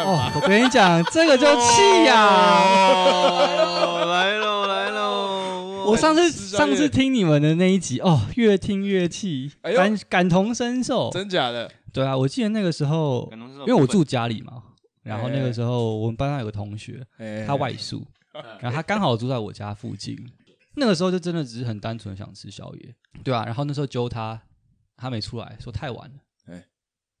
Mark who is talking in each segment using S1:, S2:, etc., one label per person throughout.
S1: 哦我跟你讲，这个就气呀、
S2: 哦来喽来喽！
S1: 我上次
S3: 吃宵
S1: 上
S3: 夜
S1: 次听你们的那一集哦，越听越气，
S3: 哎呦
S1: 感感同身受。
S3: 真假的？
S1: 对啊，我记得那个时候，因为我住家里嘛，然后那个时候我们班上有个同学，
S3: 哎
S1: 他外宿，然后他刚好住在我家附近。那个时候就真的只是很单纯想吃宵夜，对啊，然后那时候揪他，他没出来，说太晚了
S3: 哎。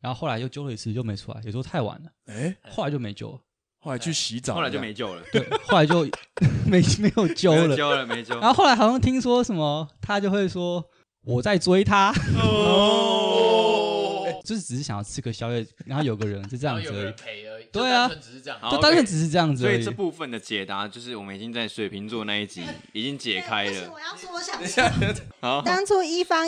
S1: 然后后来又揪了一次，又没出来，也说太晚了。
S3: 哎，
S1: 后来就没揪了，
S3: 后来去洗澡，
S2: 后来就没救了，
S1: 对，后来就 没没有揪
S2: 没
S1: 了。啊
S2: 救了没救
S1: 然。后后来好像听说什么，他就会说我在追他， 哎
S2: 哦，
S1: 就是只是想要吃个宵夜，然后有个人就这
S4: 然
S1: 样
S4: 后
S1: 子
S4: 有个
S1: 而
S4: 人
S1: 已，
S4: 陪而已，就
S1: 对啊
S4: 单纯只是这样。
S2: 好
S1: 就单纯
S2: OK
S1: 只是这样子
S2: 所
S1: 而
S2: 以
S1: 已
S2: 这。部分的解答就是我们已经在水瓶座那一集已经解
S5: 对
S2: 开
S5: 不行
S2: 了。
S5: 我要说，我想说，
S2: 好，
S5: 当初一方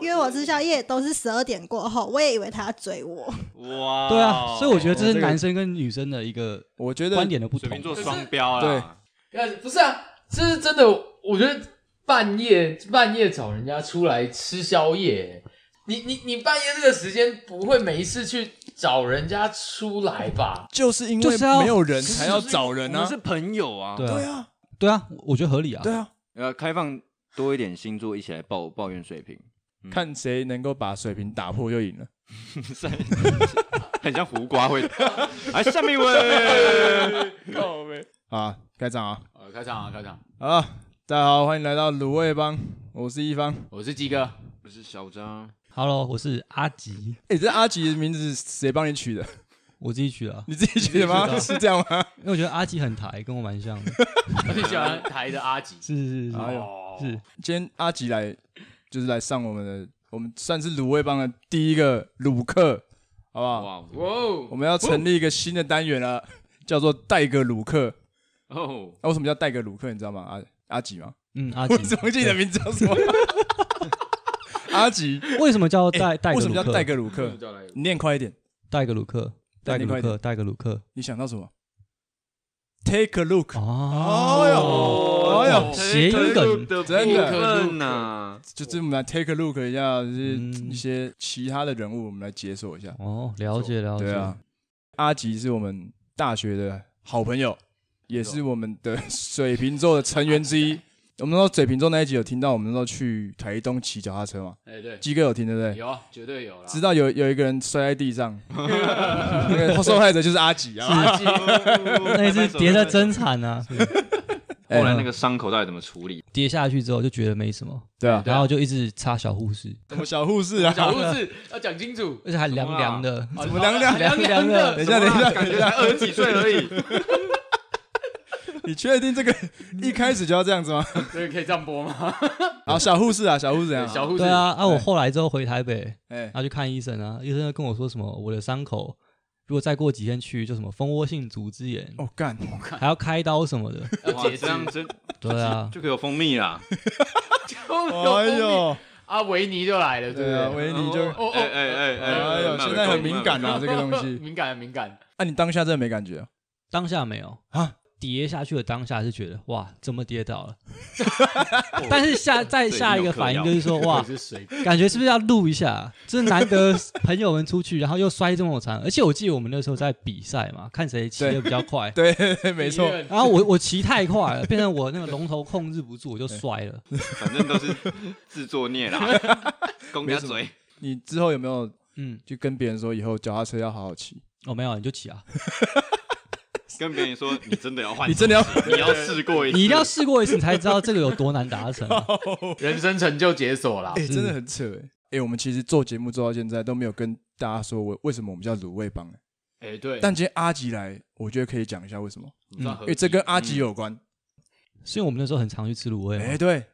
S5: 约我吃宵夜都是十二点过后，我也以为他要追我。
S2: 哇，
S1: 对啊，所以我觉得这
S3: 这
S1: 是
S3: 个
S1: 男生跟女生的一个
S3: 我觉得
S1: 观点的不
S2: 水
S1: 同。
S2: 瓶座双标啦。
S4: 呃，不是啊，这是真的。我觉得半夜半夜找人家出来吃宵夜，欸你你你半夜这个时间不会没事去找人家出来吧？
S3: 就是因
S1: 就
S3: 为
S1: 是要
S3: 没有人才要找人
S2: 我
S3: 啊
S2: 们是，朋友啊。
S1: 对
S3: 对
S1: 啊，
S3: 啊，
S1: 对啊，我觉得合理啊。
S3: 对啊，
S2: 呃，开放多一点星座一起来抱抱怨 水瓶，嗯
S3: 看谁能够把水平打破就赢了。
S2: 很像胡瓜 会。来，下面一位，
S3: 靠呗！啊，开场啊！
S4: 呃，开场啊，开场，
S3: 啊，大家好，欢迎来到卤味帮，我是一方。
S4: 我是鸡哥，
S2: 我是小张，
S1: Hello，我是阿吉，
S3: 哎、这阿吉的名字谁帮你取的？
S1: 我自己取了，
S3: 你自己取的吗？
S1: 自己取
S3: 是这样吗？
S1: 因为我觉得阿吉很台，跟我蛮像的。
S4: 我最喜欢台的阿吉。
S1: 是是是
S3: 哎呦
S1: 哦是是，
S3: 今天阿吉来，就是来上我们的，我们算是卤味帮的第一个卤客，好不好？
S2: 哇
S4: 哇
S3: 我
S4: 哦，
S3: 们要成立一个新的单元了， 叫做带个卤客。
S2: 哦，
S3: 那、为什么叫带个卤客？你知道吗？啊阿阿吉吗？
S1: 嗯，阿吉
S3: 我怎么记得名字叫 什么？阿吉，
S1: 对为什么叫戴戴
S3: 哎为
S1: 格
S3: 什么
S1: 鲁
S3: 叫带
S1: 克？
S3: 个卤客？你念快一点，
S1: 戴格鲁克，戴格
S3: 你快
S1: 鲁
S3: 一点
S1: 克，戴格鲁克。
S3: 你想到什么？Take a look。
S1: 哦
S3: 哎呦
S1: 哇谐音梗
S2: 的啊
S3: 真的
S2: 呐，
S3: 就是我们来 take a look 一下，就是
S1: 嗯
S3: 一些其他的人物，我们来解锁一下。
S1: 哦，了解了解。
S3: 对啊，阿吉是我们大学的好朋友，也是我们的水瓶座的成员之一。我们说水瓶座那一集有听到，我们说去台东骑脚踏车嘛，
S4: 哎对，
S3: 鸡哥有听对不对？
S4: 有啊，绝对有啦。
S3: 知道有有一个人摔在地上，那个受害者就是阿吉啊。
S4: 阿吉，
S1: 那一次哎跌的真惨啊！
S3: 哎
S2: 后来那个伤口到底怎么 处理？
S1: 跌下去之后就觉得没什么，
S3: 对啊，
S4: 对啊
S1: 然后就一直擦小护士，
S3: 我们小护士啊，
S4: 小护士要讲 清楚，
S1: 而且还凉凉的。
S4: 怎
S3: 么凉凉
S4: 凉凉的？
S3: 等一下，等一下，
S2: 感觉才二十几岁 而已，
S3: 你确定这个 一开始就要这样子吗？
S4: 这个可以这样播吗？
S3: 好，小护士啊，小护士啊，
S4: 小护士
S1: 对，啊，啊，我
S3: 对
S1: 后来之后回台北，
S3: 哎
S1: 然，后去看医生啊，医生就跟我说什么我的伤口如果再过几天去，就什么蜂窝性组织炎，
S3: 哦干，
S1: 还要开刀什么的。
S4: 要
S2: 哇
S4: 解
S2: 这样
S4: 释。
S2: 真
S1: 对 啊，
S2: 就可以有蜂蜜 啦。
S3: 哎
S4: 哎呦，
S3: 呦，
S4: 啊，维尼就来了，对不
S3: 对啊，
S4: 对？
S3: 维尼就
S2: 哦哦哎哎哎，
S3: 哎呦，现在很敏感啊，这个东西。
S4: 敏感敏感，
S3: 啊，你当下真的没感觉啊？
S1: 当下没有
S3: 啊，
S1: 跌下去的当下是觉得哇，怎么跌倒了？但是下再
S2: 对
S1: 下一
S2: 你有
S1: 个
S2: 嗑
S1: 反应
S2: 药
S1: 就是说
S4: 哇，
S1: 哇，
S4: 是水
S1: 感觉是不是要录一下？就是难得朋友们出去，然后又摔这么长，而且我记得我们那时候在比赛嘛，看谁骑
S3: 对
S1: 得比较 快。
S3: 对，没错，
S1: 然后我我骑太快了，变成我那个龙头控制不住，我就摔 了。
S3: 嗯
S2: 反正都是自作孽啦，公家嘴。
S3: 你之后有没有
S1: 嗯，
S3: 就跟别人说以后脚踏车要好好骑？
S1: 哦，没有，你就骑啊，
S2: 跟别人说你真的要换，
S3: 你真的要？哎
S2: 你要试过一次，
S1: 你一定要试过一次，你才知道这个有多难达成啊、
S4: 人生成就解锁啦。
S3: 哎，真的很扯哎！哎，我们其实做节目做到现在都没有跟大家说我为什么我们叫卤味帮哎，
S4: 哎，对，呃
S3: 但今天阿吉来，我觉得可以讲一下为什么，
S4: 因
S3: 因为这跟阿吉有关。
S1: 是因为我们那时候很常去吃卤味嘛，
S3: 哎，对，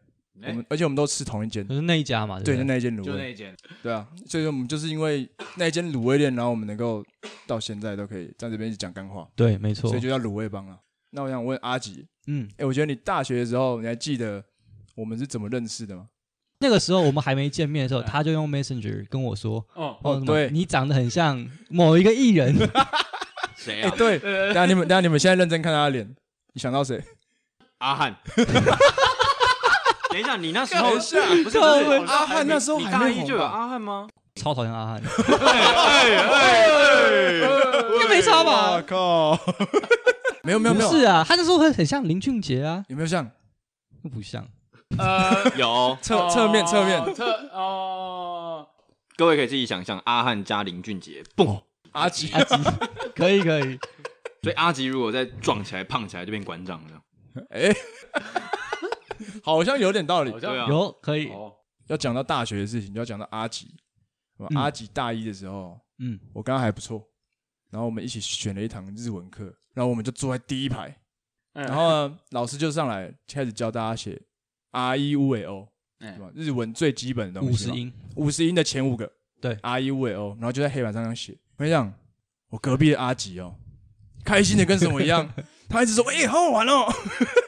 S3: 我们而且我们都吃同一间
S1: 就，是那一家嘛，
S3: 对，
S1: 不
S3: 就那一间卤
S4: 就那
S3: 味，
S4: 一间，
S3: 对啊，所以说我们就是因为那一间卤味店，然后我们能够到现在都可以在这边一直讲干话，
S1: 对，没错
S3: 所以。就叫卤味帮啊。那我想问阿吉，
S1: 嗯，
S3: 哎、我觉得你大学的时候，你还记得我们是怎么认识的吗？
S1: 那个时候我们还没见面的时候，他就用 Messenger 跟我说。
S4: 哦，
S3: 哎哦
S1: 什么
S3: 对
S1: 你长得很像某一个艺人，
S2: 谁
S3: 哎、
S2: 啊？
S3: 对，等下你们，等下你们现在认真看他的脸，你想到谁？
S2: 阿汉。 等一下，你那时候
S3: 等一下
S2: 不是不是
S1: 靠北
S2: 好像
S3: 阿汉那时候
S2: 你
S3: 还
S2: 大
S3: 没
S2: 一
S3: 红
S2: 就有
S3: 吧？
S2: 阿汉吗？
S1: 超讨厌阿 汉的，
S2: 哎
S3: 应
S1: 该没差吧
S3: 靠， 没 有没有没有，
S1: 不是啊，他那时候很很像林俊杰啊，
S3: 有没有像
S1: 又不像。
S4: 呃，
S2: 有，
S3: 侧侧面侧面
S4: 哦侧哦，
S2: 各位可以自己想象，阿汉加林俊杰，蹦，
S3: 阿吉？
S1: 阿吉，可以可以，
S2: 所以阿吉如果再壮起来、胖起来，就变馆长了。
S3: 哎，好像有点道理
S4: 好。像
S2: 对啊，
S1: 有可以，
S4: 哦，
S3: 要讲到大学的事情，就要讲到阿吉。我
S1: 嗯
S3: 阿吉大一的时候，
S1: 嗯，
S3: 我刚刚还不错，然后我们一起选了一堂日文课，然后我们就坐在第一排，
S4: 然
S3: 然后呢老师就上来开始教大家写 R E U A O，
S4: 嗯
S3: 对吧？日文最基本的东
S1: 五
S3: 西
S1: 十
S3: 嘛，
S1: 音，
S3: 五十音的前五个，
S1: 对
S3: ，R E U A O，然后就在黑板上这样写。我跟你讲，我隔壁的阿吉哦，开心的跟什么一 样，他一直说：“哎、好好玩哦！”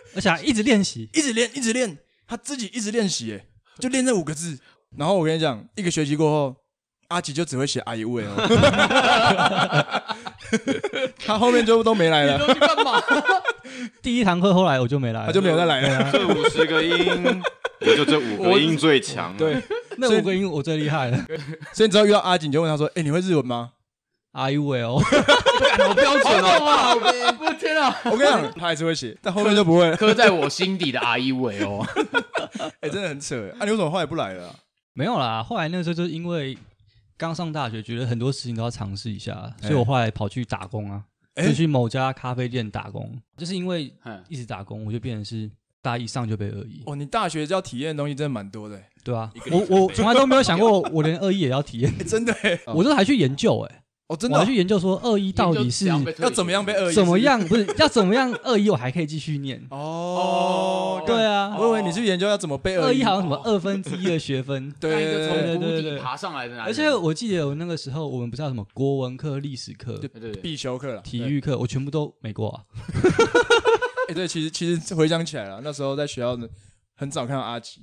S1: 而且还一直练习，
S3: 一直练，一直练，他自己一直练习，哎，就练这五个字。然后我跟你讲，一个学期过后，阿吉就只会写阿姨喂 哦，他后面就都没来了，
S4: 去干嘛？
S1: 第一堂课后来我就没来了，
S3: 他啊就没有再来 了。
S2: 这五十个音，也就这五个音最强。
S3: 对，，
S1: 那五个音我最厉害了
S3: 所以你只要遇到阿吉，你就问他说：“哎、你会日文吗
S1: ，I will，
S2: 好标准哦。
S4: 哇，我天啊！？”
S3: 我跟你讲，他还是会写，但后面就不会了。
S4: 刻在我心底的阿姨尾哦，
S3: 哎、真的很扯。哎啊，你为什么后来不来了啊、
S1: 没有啦。后来那时候就是因为刚上大学，觉得很多事情都要尝试一下，
S3: 哎
S1: 所以我后来跑去打工啊，
S3: 哎
S1: 就去某家咖啡店打工，就是因为
S4: 嗯
S1: 一直打工，我就变成是大一上就被二一，
S3: 哦，你大学要体验的东西真的蛮多的、哎
S1: 对啊
S2: 一个，礼拜
S1: 我我从来都没有想过我连二一也要体验，
S3: 哎 真的、哎
S1: 我都还去研究哎、
S3: 哦，真的
S1: 哦我
S3: 哦、
S1: 还去研究说二一到底是
S3: 要怎么样被恶意？
S1: 怎么？样，不是要怎么样二一我还可以继续念，
S3: 哦
S4: 哦，
S1: 对啊，
S3: 我以为你是研究要怎么被恶
S1: 二
S3: 意。
S1: 一好像什么二分之一的学分
S3: 对啊对对
S4: 从
S3: 对
S4: 谷
S1: 对对
S4: 底
S1: 对
S4: 爬上来的男人？
S1: 而且我记得我那个时候，我们不是要什么国文课、历史课、
S3: 对
S4: 对对对，
S3: 必修课了，
S1: 体
S3: 对
S1: 育课，我全部都没过啊。
S3: 哎、对，其实其实回想起来了，那时候在学校呢，很早看到阿 吉，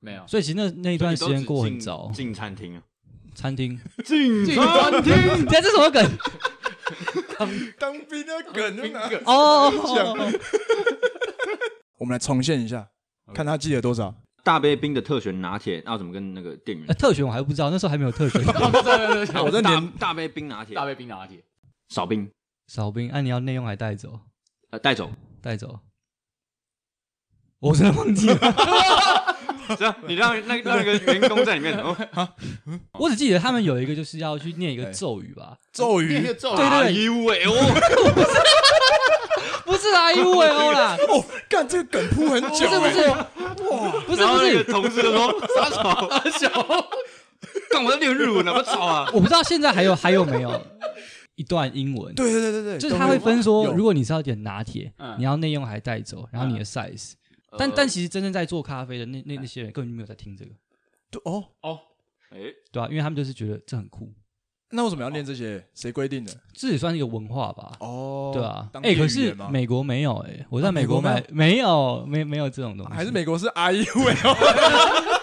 S4: 没有
S1: 所以其实那那一
S2: 一
S1: 段时间过很早。
S2: 进餐厅啊，
S1: 餐 厅，
S2: 进
S4: 进餐厅
S1: 你看这什么梗？
S3: 当兵的梗
S4: 兵
S3: 啊！
S4: 哥
S1: 哦，
S3: 我们来重现一下，看他记得多少。
S2: 大杯冰的特选拿铁，那要怎么跟那个店 员
S1: 呃？特选我还不知道，那时候还没 有特选。
S4: 对对对对，
S3: 我在
S2: 大
S3: 连
S2: 大杯冰拿铁
S4: 大，杯冰拿铁，
S2: 少冰
S1: 少兵，啊，你要内用还带走？
S2: 呃带走。
S1: 带走？我真的忘 记了，
S2: 这样啊你让那让一个员工在里面，哦，
S1: 我只记得他们有一个就是要去念一个 咒语吧？
S3: 咒
S4: 那
S3: 语
S4: 个咒语
S1: 对对
S2: 一尾哦，
S1: 不是啊，因为欧 啦，
S3: 哦，干这个梗铺很
S1: 不
S3: 久、
S1: 是不
S3: 欸，
S1: 是，不是
S2: 然
S1: 不
S2: 后那个
S1: 是，
S2: 同事就说 傻吵， 干我在练日文呢，不吵 啊。
S1: 我不知道现在还有还有没有一段英文？
S3: 对对对对对，
S1: 就是他会分说，
S3: 有
S1: 如果你是要点拿铁
S4: 嗯，
S1: 你要内用还带走，然后
S2: 嗯
S1: 你的 size。但
S2: 呃
S1: 但其实真正在做咖啡的那那那些人根本就没有在听这个，
S3: 对哦，
S4: 哦，
S2: 哎，
S1: 对啊，因为他们就是觉得这很酷，
S3: 那为什么要念这些？谁规定的？
S1: 这也算是一个文化吧，
S3: 哦，
S1: 对啊。
S3: 当地
S1: 哎，可
S3: 语
S1: 是
S3: 言吗
S1: 美国没有哎，我在
S3: 啊
S1: 美国
S3: 美国没
S1: 买没有没没有这种东西，
S3: 还是美国是 I U L，
S2: 法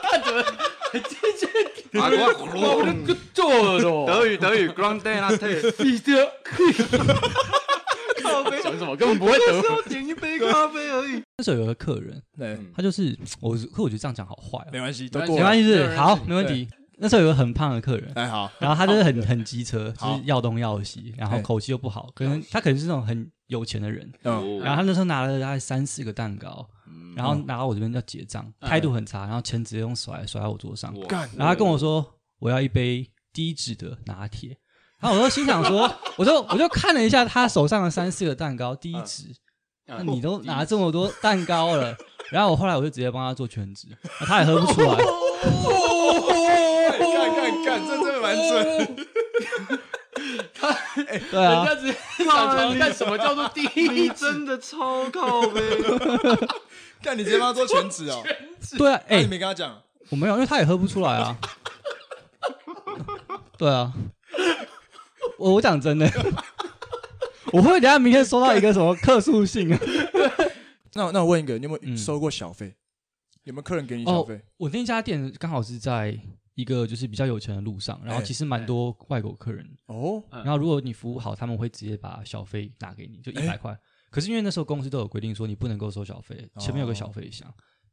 S4: 哇，我
S2: 国
S4: 这个做的哦，
S2: 啊德语德语 Grand Day Latte，
S4: 你的
S2: 靠杯
S4: 讲什么根本不会得
S2: 要点一杯咖啡而已。
S1: 那时候有个客人，
S3: 对，
S2: 嗯
S1: 他就是我，可我觉得这样讲好坏哦
S3: 没，啊关系，都过
S1: 没
S3: 了
S1: 关。系，
S4: 没有
S1: 是
S4: 人
S1: 好，
S4: 信
S1: 没问题。那时候有个很胖的客人，
S3: 哎，好，
S1: 然后他就是很很机车，就
S3: 好
S1: 是要东要西，然后
S3: 哎
S1: 口气又不好，可能他可能是那种很有钱的人。
S3: 嗯，
S1: 然后他那时候拿了大概三四个蛋糕，然后拿到我这边要结账，态度很差，然后钱直接用甩甩到我桌上，
S2: 我
S3: 干
S1: 然后他跟我说我要一杯低脂的拿铁，然后我就心想说， 我就我就看了一下他手上的三四个蛋糕低脂，
S4: 嗯
S1: 那你都拿这么多蛋糕了，然后我后来我就直接帮他做全脂，他也喝不出 来，
S3: 干干干，这真的蛮准。
S1: 对
S4: 人
S1: 啊
S4: 家，直接上床干什么叫做第一针？
S2: 的超靠杯，
S3: 干，你直接帮他做全职 哦。
S1: 对啊，
S3: 哎，
S1: 哎
S3: 你，没跟他讲，
S1: 我没有，因为他也喝不出来啊。对啊，我我讲真的，我会不会等一下明天收到一个什么客诉 信啊？
S3: 那那我问一个，你有没有
S1: 嗯哦
S3: 收过小费？有没有客人给你小费？
S1: 我那家店刚好是在一个就是比较有钱的路上，然后
S3: 哎
S1: 其实蛮多外国客人，
S3: 哦，
S4: 哎
S1: 然后如果你服务好，他们会直接把小费拿给你，就一百块。可是因为那时候公司都有规定说你不能够收小费，前
S3: 哦
S1: 面有个小费箱，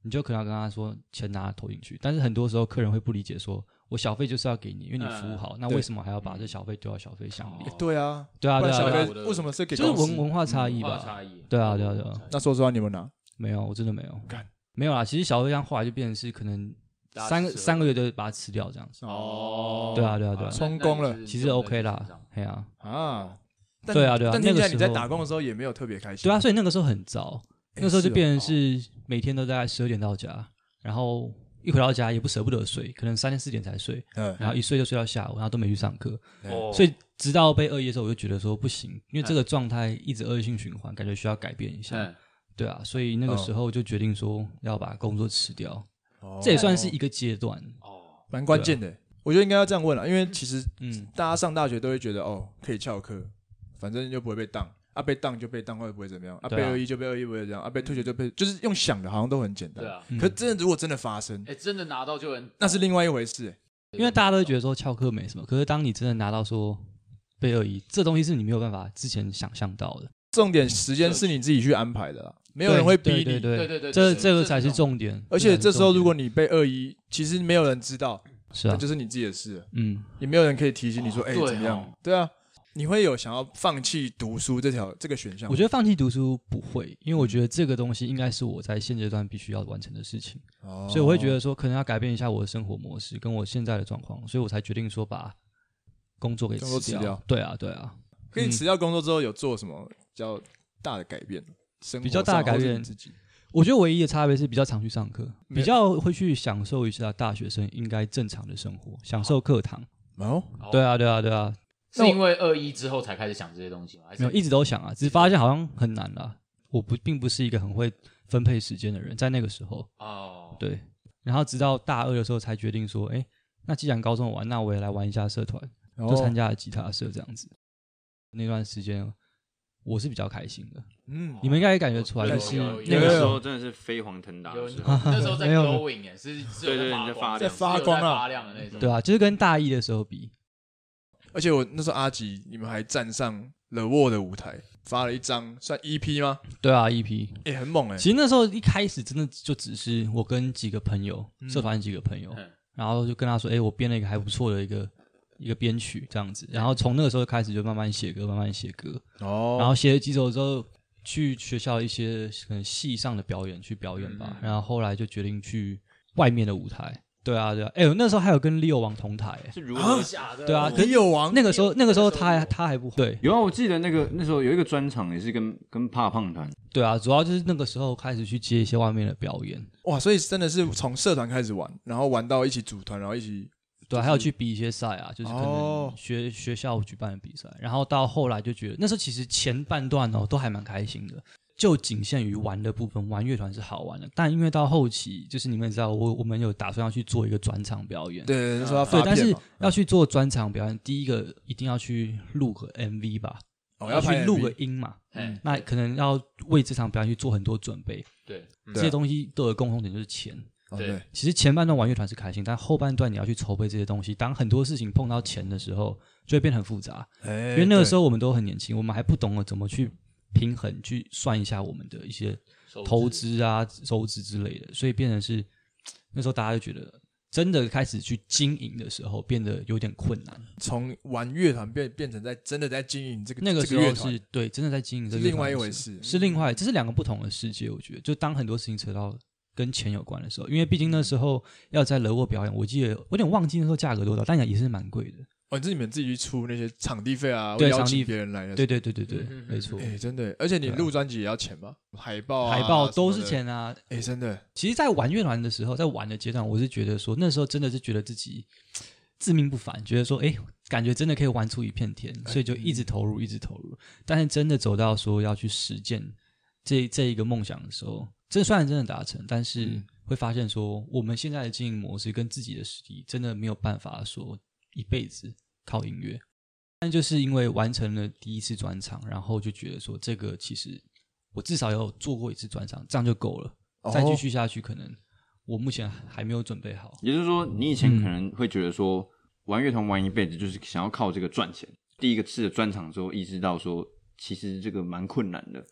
S1: 你就可能要跟他说钱拿投进去。但是很多时候客人会不理解，说我小费就是要给你，因为你服务好，那
S3: 嗯
S1: 为
S3: 对
S1: 什么还要把这小费丢到小费箱里？
S3: 欸对啊，
S1: 对啊，
S3: 不
S1: 对
S3: 然
S1: 啊，
S3: 小
S1: 对
S3: 费
S1: 啊
S2: 对啊对啊
S3: 为什么是给
S1: 就是
S3: 公司
S1: 文文化差异
S4: 文化
S1: 吧。
S4: 差异。
S1: 对啊对啊对啊
S4: 文化差异
S3: 那说实话，你们拿
S1: 没有，我真的没有
S3: 干，
S1: 没有啦。其实小费箱后来就变成是可能
S2: 大家
S1: 三个
S2: 吃了
S1: 三个月就把它吃掉这样子。
S2: 哦
S1: 对啊对啊对啊
S4: 那
S3: 充公了
S4: 那你
S1: 其
S4: 是
S1: 实
S4: 用
S1: OK
S4: 在身
S1: 啦
S4: 上，
S1: 哎呀，
S3: 啊？但
S1: 对啊对啊
S3: 但听起来
S1: 那个时
S3: 你
S1: 候
S3: 在打工的时候也没有特别开心。
S1: 对啊，所以那个时候很糟，
S3: 欸，
S1: 那时候就变成
S3: 哦
S1: 是每天都大概十二点到家，然后一回到家也不舍不得睡，可能三点四点才睡，
S3: 嗯
S1: 然后一睡就睡到下午，然后都没去上课，
S2: 哦
S1: 所以直到被恶意的时候，我就觉得说不行，因为
S3: 嗯
S1: 这个状态一直恶性循环，感觉需要改变一下。
S2: 嗯
S1: 对啊，所以那个时候就决定说要把工作辞掉，
S3: 嗯哦
S1: 这也算是一个阶段。
S4: 哦，
S3: 蛮关键的。我觉得应该要这样问了，因为其实
S1: 嗯，
S3: 大家上大学都会觉得哦，可以翘课，反正就不会被当啊，被当就被当，会不会怎么样啊？
S1: 对
S3: 被
S1: 啊
S3: 恶意就被恶意，不会怎样啊？被退学就被，就是用想的，好像都很简单
S4: 对。啊，
S1: 嗯
S3: 可真的，如果真的发生，
S4: 哎，真的拿到就很，
S3: 那是另外一回事。欸
S1: 因为大家都会觉
S4: 得
S1: 得说翘课没什么，可是当你真的拿到说被恶意，这东西是你没有办法之前想象到的。
S3: 重点时间是你自己去安排的啦，没有人会逼
S1: 对对
S3: 你。
S1: 对对，
S4: 对对对，
S1: 这
S4: 对
S1: 这个才是，重点。
S3: 而且这时候，如果
S1: 你
S3: 你被恶意，其实没有人知道，
S1: 是
S3: 那
S1: 啊，
S3: 就是你自己的事了，
S1: 嗯，
S3: 也没有人可以提醒你说，
S4: 哦
S3: 哎，
S4: 对哦
S3: 怎么样？对啊，你会有想要放弃读书这条这个选项吗。
S1: 我觉得放弃读书不会，因为我觉得这个东西应该是我在现阶段必须要完成的事情，
S3: 哦，
S1: 所以我会觉得说可能要改变一下我的生活模式跟我现在的状况，所以我才决定说把工作给
S3: 工作
S1: 辞
S3: 辞掉
S1: 对啊，对啊，
S3: 可你辞掉工作之后有做什么比较大的改变？生活
S1: 比较大的改变
S3: 上或是你自己
S1: 我觉得唯一的差别是比较常去上课，
S3: 没
S1: 比较会去享受一下大学生应该正常的生活，享受课堂。
S3: 哦，
S4: 哦
S1: 对啊，对啊，对啊，
S4: 是因为二一之后才开始想这些东西吗？还是
S1: 没有一直都想啊，只是发现好像很难啦。我不并不是一个很会分配时间的人，在那个时候，
S4: 哦，
S1: 对。然后直到大二的时候才决定说，哎，那既然高中玩，那我也来玩一下社团，
S3: 然
S1: 就
S3: 后
S1: 参加了吉他社这样子。那段时间我是比较开心的，
S3: 嗯，
S1: 你们应该也感觉出来，
S4: 有
S1: 就是
S4: 有
S1: 那
S3: 有
S1: 个
S3: 有
S1: 时
S2: 时
S1: 候
S2: 候真的是飞黄腾达
S4: 有啊
S2: 的 时候，
S4: 那时候在
S1: 没有
S4: glowing 哎，是是有
S2: 对对
S4: 在
S2: 你在发亮
S4: 是
S3: 在
S4: 有
S3: 发光啊
S4: 发亮的那种，
S1: 对啊，就是跟大一的时候比，
S3: 而且我那时候阿吉，你们还站上了沃的舞台，发了一张算 EP 吗？
S1: 对啊，EP
S3: 哎，很猛哎，
S1: 其实那时候一开始真的就只是我跟几个朋友，社团几个朋友，
S4: 嗯
S1: 然后就跟他说：“哎、我编了一个还不错的一个一个编曲这样子。”然后从那个时候开始就慢慢写歌，慢慢写歌，
S3: 哦
S1: 然后写了几首之后，去学校一些可能系上的表演去表演吧。然后后来就决定去外面的舞台。对啊，对啊，哎、我那时候还有跟 Leo 王同台、哎
S2: 是如何？
S4: 假的
S1: 对啊，
S3: 很
S1: 跟
S3: 有王
S1: 那个时候那个时候
S4: 那个时候
S1: 他还
S4: 有
S1: 他还不对
S2: 有啊，我记得那个那时候有一个专场也是跟跟怕胖团，
S1: 对啊，主要就是那个时候开始去接一些外面的表演，
S3: 哇，所以真的是从社团开始玩，然后玩到一起组团，然后一起
S1: 对啊，还有去比一些赛啊，就是可
S3: 哦
S1: 能学、学校举办的比赛，然后到后来就觉得那时候其实前半段哦都还蛮开心的，就仅限于玩的部分，玩乐团是好玩的，但因为到后期就是你们也知道，我我们有打算要去做一个专场表演，
S3: 对那时候要
S1: 对
S3: 发，
S1: 但
S3: 片
S1: 是
S3: 嘛，嗯
S1: 要去做专场表演，第一个一定要去录个 MV 吧，
S3: 哦
S1: 要去
S3: 拍
S1: 录
S3: MV
S1: 个音嘛，
S4: 嗯
S1: 那可能要为这场表演去做很多准备，
S2: 嗯
S4: 对嗯
S3: 嗯
S1: 这些东西都有共同点就是钱，
S3: 哦
S4: 对
S3: 对，
S1: 其实前半段玩乐团是开心，但后半段你要去筹备这些东西。当很多事情碰到钱的时候，就会变得很复杂。
S3: 哎
S1: 因为那个时
S3: 候
S1: 候我们都很年轻，我们还不懂得怎么去平衡、去算一下我们的一些投资啊、收支之类的，所以变成是那时候大家就觉得，真的开始去经营的时候，变得有点困难。
S3: 从玩乐团变变成在真的在经营这个
S1: 那个
S3: 这
S1: 时
S3: 个乐
S1: 候
S3: 团
S1: 是对，真的在经营这
S3: 是
S1: 个
S3: 另外一
S1: 乐团
S3: 回
S1: 的时
S3: 事嗯
S1: 候，是另外，这是两个不同的世界。我觉得，就当很多事情扯到跟钱有关的时候，因为毕竟
S3: 嗯
S1: 那时候要在乐沃表演，我记得我有点忘记那时候价格多少，但也是蛮贵的。
S3: 哦，这是你们自己去出那些场地费啊，
S1: 对
S3: 邀
S1: 场
S3: 请
S1: 地
S3: 别人来的，
S1: 对对对对对，
S4: 嗯
S1: 没错，
S3: 哎，真的，而且你
S1: 对啊
S3: 录专辑也要钱吧？海报啊
S1: 海报都是
S3: 什么
S1: 钱啊。
S3: 的，哎，真的，
S1: 其实，在玩乐团的时候，在玩的阶段，我是觉得说，那时候真的是觉得自己自命不凡，觉得说，哎，感觉真的可以玩出一片天，所以就一直投入，一直投入。但是真的走到说要去实践这这一个梦想的时候，这虽然真的达成，但是会发现说，我们现在的经营模式跟自己的实力真的没有办法说一辈子靠音乐。但就是因为完成了第一次专场，然后就觉得说，这个其实我至少有做过一次专场，这样就够了。再继
S3: 哦
S1: 续下去，可能我目前还没有准备好。
S2: 也就是说你以前可能会觉得说玩乐团玩一辈子就是想要靠这个赚钱，第一个次的专场之后意识到说其实这个蛮困难的，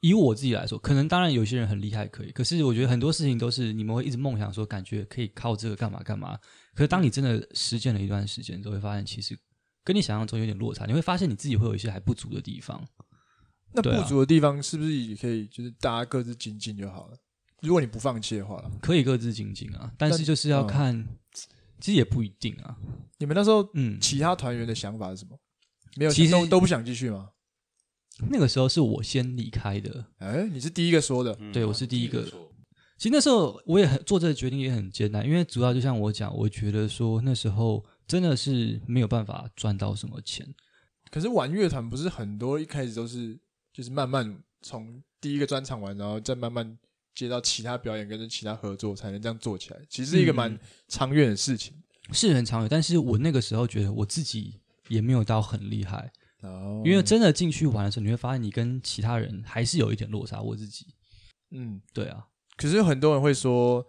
S1: 以我自己来说，可能当然有些人很厉害可以，可是我觉得很多事情都是你们会一直梦想说，感觉可以靠这个干嘛干嘛。可是当你真的实践了一段时间之后，会发现其实跟你想象中有点落差，你会发现你自己会有一些还不足的地方。
S3: 那
S1: 对啊
S3: 不足的地方是不是也可以，就是大家各自精进就好了？如果你不放弃的话啦，
S1: 可以各自精进啊，但是
S3: 但
S1: 就是要
S3: 嗯
S1: 看，其实也不一定啊。
S3: 你们那时候
S1: 嗯，
S3: 其他团员的想法是什么？没有，
S1: 其实
S3: 都都不想继续吗？
S1: 那个时候是我先离开的，
S3: 哎，你是第一个说的，
S1: 对我是第一个。其实那时候我也很做这个决定也很艰难，因为主要就像我讲，我觉得说那时候真的是没有办法赚到什么钱。
S3: 可是玩乐团不是很多一开始都是就是慢慢从第一个专场玩，然后再慢慢接到其他表演跟其他合作，才能这样做起来。其实是一个
S1: 嗯
S3: 蛮长远的事情。
S1: 是很长远，但是我那个时候觉得我自己也没有到很厉害，
S3: 哦
S1: 因为真的进去玩的时候，你会发现你跟其他人还是有一点落差。我自己，
S3: 嗯，
S1: 对啊，
S3: 可是很多人会说，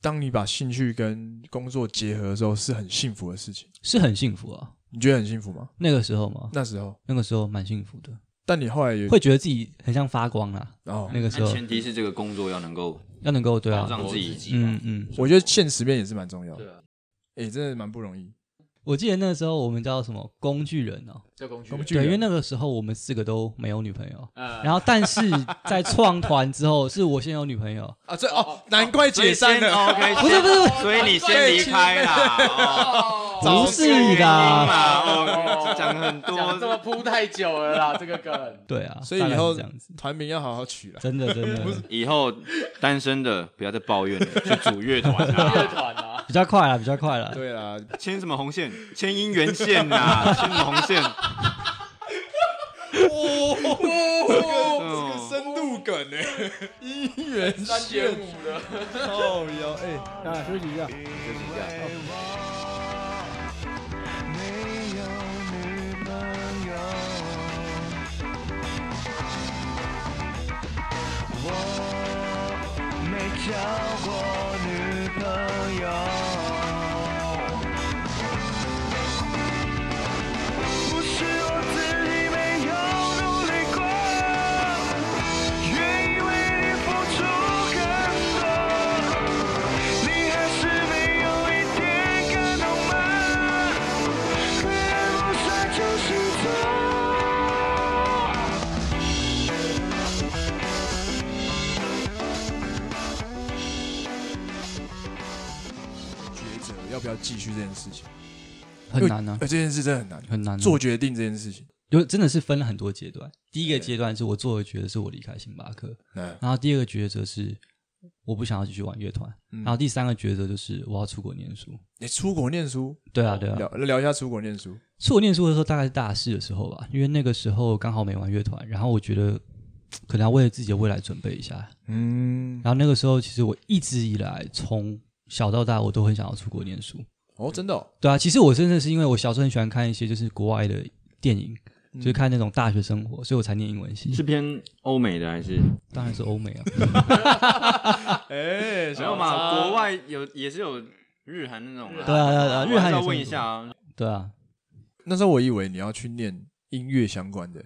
S3: 当你把兴趣跟工作结合的时候，是很幸福的事情。
S1: 是很幸福啊，
S3: 你觉得很幸福吗？
S1: 那个时候嘛，
S3: 那时候，
S1: 那个时候蛮幸福的，
S3: 但你后来也
S1: 会觉得自己很像发光啊。
S3: 哦，
S1: 那个时
S2: 但
S1: 候
S2: 前提是这个工作要能够
S1: 要能够对啊，
S2: 让自
S4: 自
S2: 己
S4: 己
S1: 嗯嗯，
S3: 我觉得现实面也是蛮重要的
S4: 对。啊，
S3: 哎、真的蛮不容易。
S1: 我记得那个时候我们叫什么工具人哦，
S4: 叫工具
S3: 工
S4: 人，
S3: 具
S1: 对，因为
S3: 人，
S1: 那个时候我们四个都没有女朋友，
S4: 呃
S1: 然后但是在创团之后，是我先有女朋友，
S3: 啊，这哦，难怪解散啊了。
S1: 不
S2: 所以先 OK，
S1: 是不是，
S2: 所以你先离开啦。哦
S1: 不是的
S2: 嘛，哦，讲很
S4: 讲这
S2: 多，
S4: 么铺太久了啦，这 个梗。
S1: 对啊，
S3: 所以
S1: 大概
S3: 以
S1: 是
S3: 后
S1: 这样子，
S3: 团名要好好取啊 了。
S1: 真的真的
S2: 以后单身的不要再抱怨了，去组乐团
S4: 乐
S2: 啊，
S4: 团啊，
S1: 比较快了，比较快了，
S3: 对啦，
S2: 牵什么红线？牵姻缘线 呐，牵什么红线？
S1: 哦
S3: 这个深度梗哎、欸，姻缘
S4: 三点五的。
S3: 哦哟哎。
S6: 啊，休息一下。
S1: 哦
S3: 哦抉择要不要继续这件事情
S1: 很难啊
S3: 呃，，这件事真的很难，
S1: 很难啊
S3: 做决定这件事情。
S1: 就真的是分了很多阶段。第一个阶段是我做的抉择是我离开星巴克，
S3: 嗯
S1: 然后第二个抉择是我不想要继续玩乐团，然后第三个抉择就是我要出国念书。
S3: 你出国念书，
S1: 对啊对啊，
S3: 聊聊一下出国念书。
S1: 是我念书的时候，大概是大四的时候吧，因为那个时候刚好没玩乐团，然后我觉得可能要为了自己的未来准备一下。
S3: 嗯，
S1: 然后那个时候，其实我一直以来从小到大，我都很想要出国念书。
S3: 哦，真的、哦，
S1: 对啊，其实我真的是因为我小时候很喜欢看一些就是国外的电影，就是看那种大学生活，所以我才念英文系。
S2: 是偏欧美的还是？
S1: 当然是欧美 啊，
S3: 哎、
S2: 没有嘛，国外有也是有日韩那种啊。
S1: 对啊对啊对啊日韩也是
S2: 我还是要问一下啊，
S1: 对啊。
S3: 那时候我以为你要去念音乐相关的，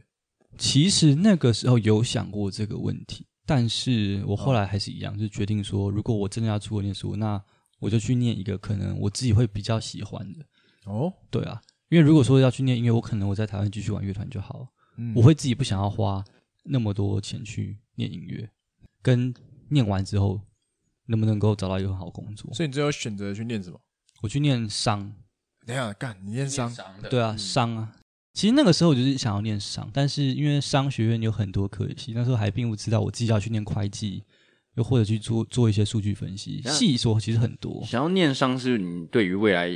S1: 其实那个时候有想过这个问题，但是我后来还是一样，就决定说，如果我真的要出国念书，那我就去念一个可能我自己会比较喜欢的。
S3: 哦，
S1: 对啊，因为如果说要去念音乐，我可能我在台湾继续玩乐团就好了，
S3: 嗯
S1: 我会自己不想要花那么多钱去念音乐，跟念完之后能不能够找到一个很好的工作。
S3: 所以你最后选择去念什么？
S1: 我去念商，
S3: 等一下，干，你念商，
S4: 伤的，
S1: 对啊，商啊。其实那个时候我就是想要念商，但是因为商学院有很多科系，那时候还并不知道我自己要去念会计，又或者去做做一些数据分析，
S2: 那
S1: 细说其实很多。
S2: 想要念商是你对于未来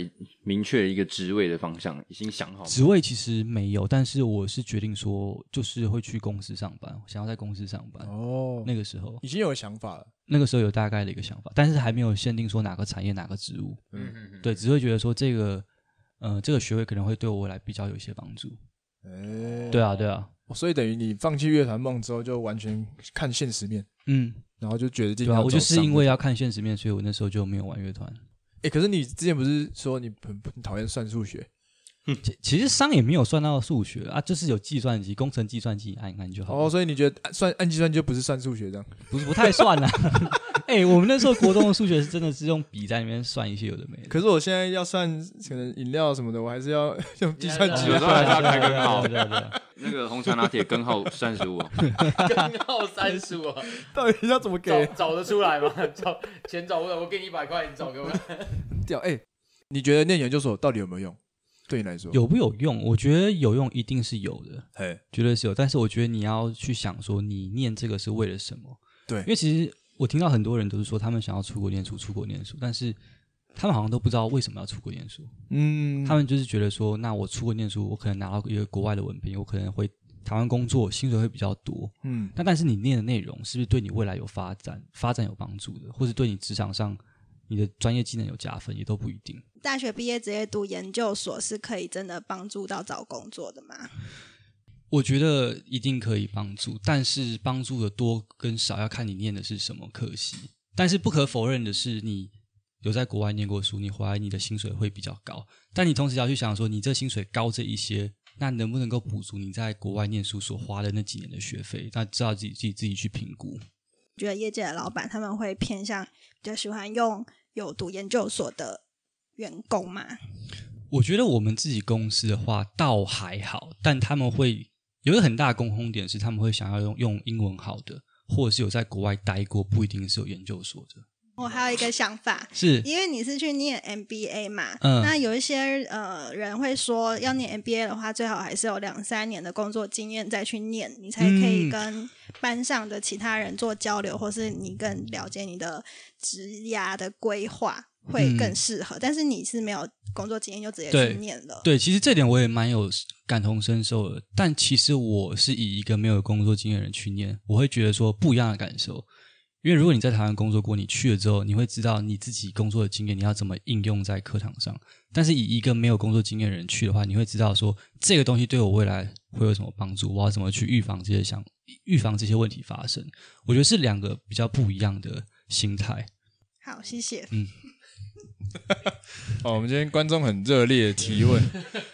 S2: 明确的一个职位的方向已经想好吗？
S1: 职位其实没有，但是我是决定说，就是会去公司上班，想要在公司上班。
S3: 哦，
S1: 那个时候，
S3: 已经有想法了。
S1: 那个时候有大概的一个想法，但是还没有限定说哪个产业哪个职务，
S4: 嗯嗯嗯，
S1: 对，只会觉得说这个，呃，这个学位可能会对我未来比较有一些帮助。
S3: 哎、
S1: 对啊，对啊，
S3: 哦所以等于你放弃乐团梦之后，就完全看现实面，
S1: 嗯，
S3: 然后就决定
S1: 对啊，
S3: 要
S1: 我
S3: 走
S1: 就是
S3: 商
S1: 因为
S3: 路
S1: 要看现实面，所以我那时候就没有玩乐团。
S3: 哎、可是你之前不是说你很很讨厌算数学？
S1: 其其实商也没有算到数学啊，就是有计算机、工程计算机按一按就好了，
S3: 哦，所以你觉得按算按计算就不是算数学这样？
S1: 不是不太算啦。哎、我们那时候国中的数学是真的是用笔在那边算一些有的没的。
S3: 可是我现在要算可能饮料什么的，我还是 要用计算机
S2: 有
S3: 啊。
S2: 时候还是要开
S1: 对
S2: 根号
S1: 对。对对对
S2: 那个红茶拿铁根号三 十五，
S4: 根号三十五，
S3: 到底要怎么
S4: 找
S3: 给？
S4: 找得出来吗？ 找钱找不到，我给你一百块，你找给我。
S3: 掉哎、你觉得念研究所到底有没有用？对你来说，
S1: 有不有用？我觉得有用，一定是有的，
S3: 哎，
S1: 绝对是有。但是我觉得你要去想说，你念这个是为了什么？
S3: 对
S1: 因为其实我听到很多人都是说，他们想要出国念书，出国念书，但是他们好像都不知道为什么要出国念书。
S3: 嗯，
S1: 他们就是觉得说，那我出国念书，我可能拿到一个国外的文凭，我可能回台湾工作，薪水会比较多。
S3: 嗯
S1: 那但是你念的内容是不是对你未来有发展、发展有帮助的，或是对你职场上你的专业技能有加分，也都不一定。
S5: 大学毕业直接读研究所是可以真的帮助到找工作的吗？
S1: 我觉得一定可以帮助，但是帮助的多跟少要看你念的是什么科系。但是不可否认的是，你有在国外念过书，你回来你的薪水会比较高，但你同时也要去想说，你这薪水高这一些，那能不能够补足你在国外念书所花的那几年的学费？那知道自己自己自己去评估。
S5: 觉得业界的老板他们会偏向比较喜欢用有读研究所的员工嘛？
S1: 我觉得我们自己公司的话倒还好，但他们会有一个很大的共通点是，他们会想要用用英文好的，或者是有在国外待过，不一定是有研究所的，
S5: 我还有一个想法，
S1: 是
S5: 因为你是去念 MBA 嘛，
S1: 嗯
S5: 那有一些呃人会说，要念 MBA 的话，最好还是有两三年的工作经验再去念，你才可以
S1: 嗯
S5: 跟班上的其他人做交流，或是你更了解你的职涯的规划会更适合。但是你是没有工作经验就直接
S1: 嗯
S5: 去
S1: 对
S5: 念了，
S1: 对，其实这点我也蛮有感同身受的。但其实我是以一个没有工作经验的人去念，我会觉得说不一样的感受。因为如果你在台湾工作过，你去了之后，你会知道你自己工作的经验你要怎么应用在课堂上。但是以一个没有工作经验的人去的话，你会知道说这个东西对我未来会有什么帮助，我要怎么去预防这些想预防这些问题发生。我觉得是两个比较不一样的心态。
S5: 好，谢谢。
S3: 哦，我们今天观众很热烈的提问，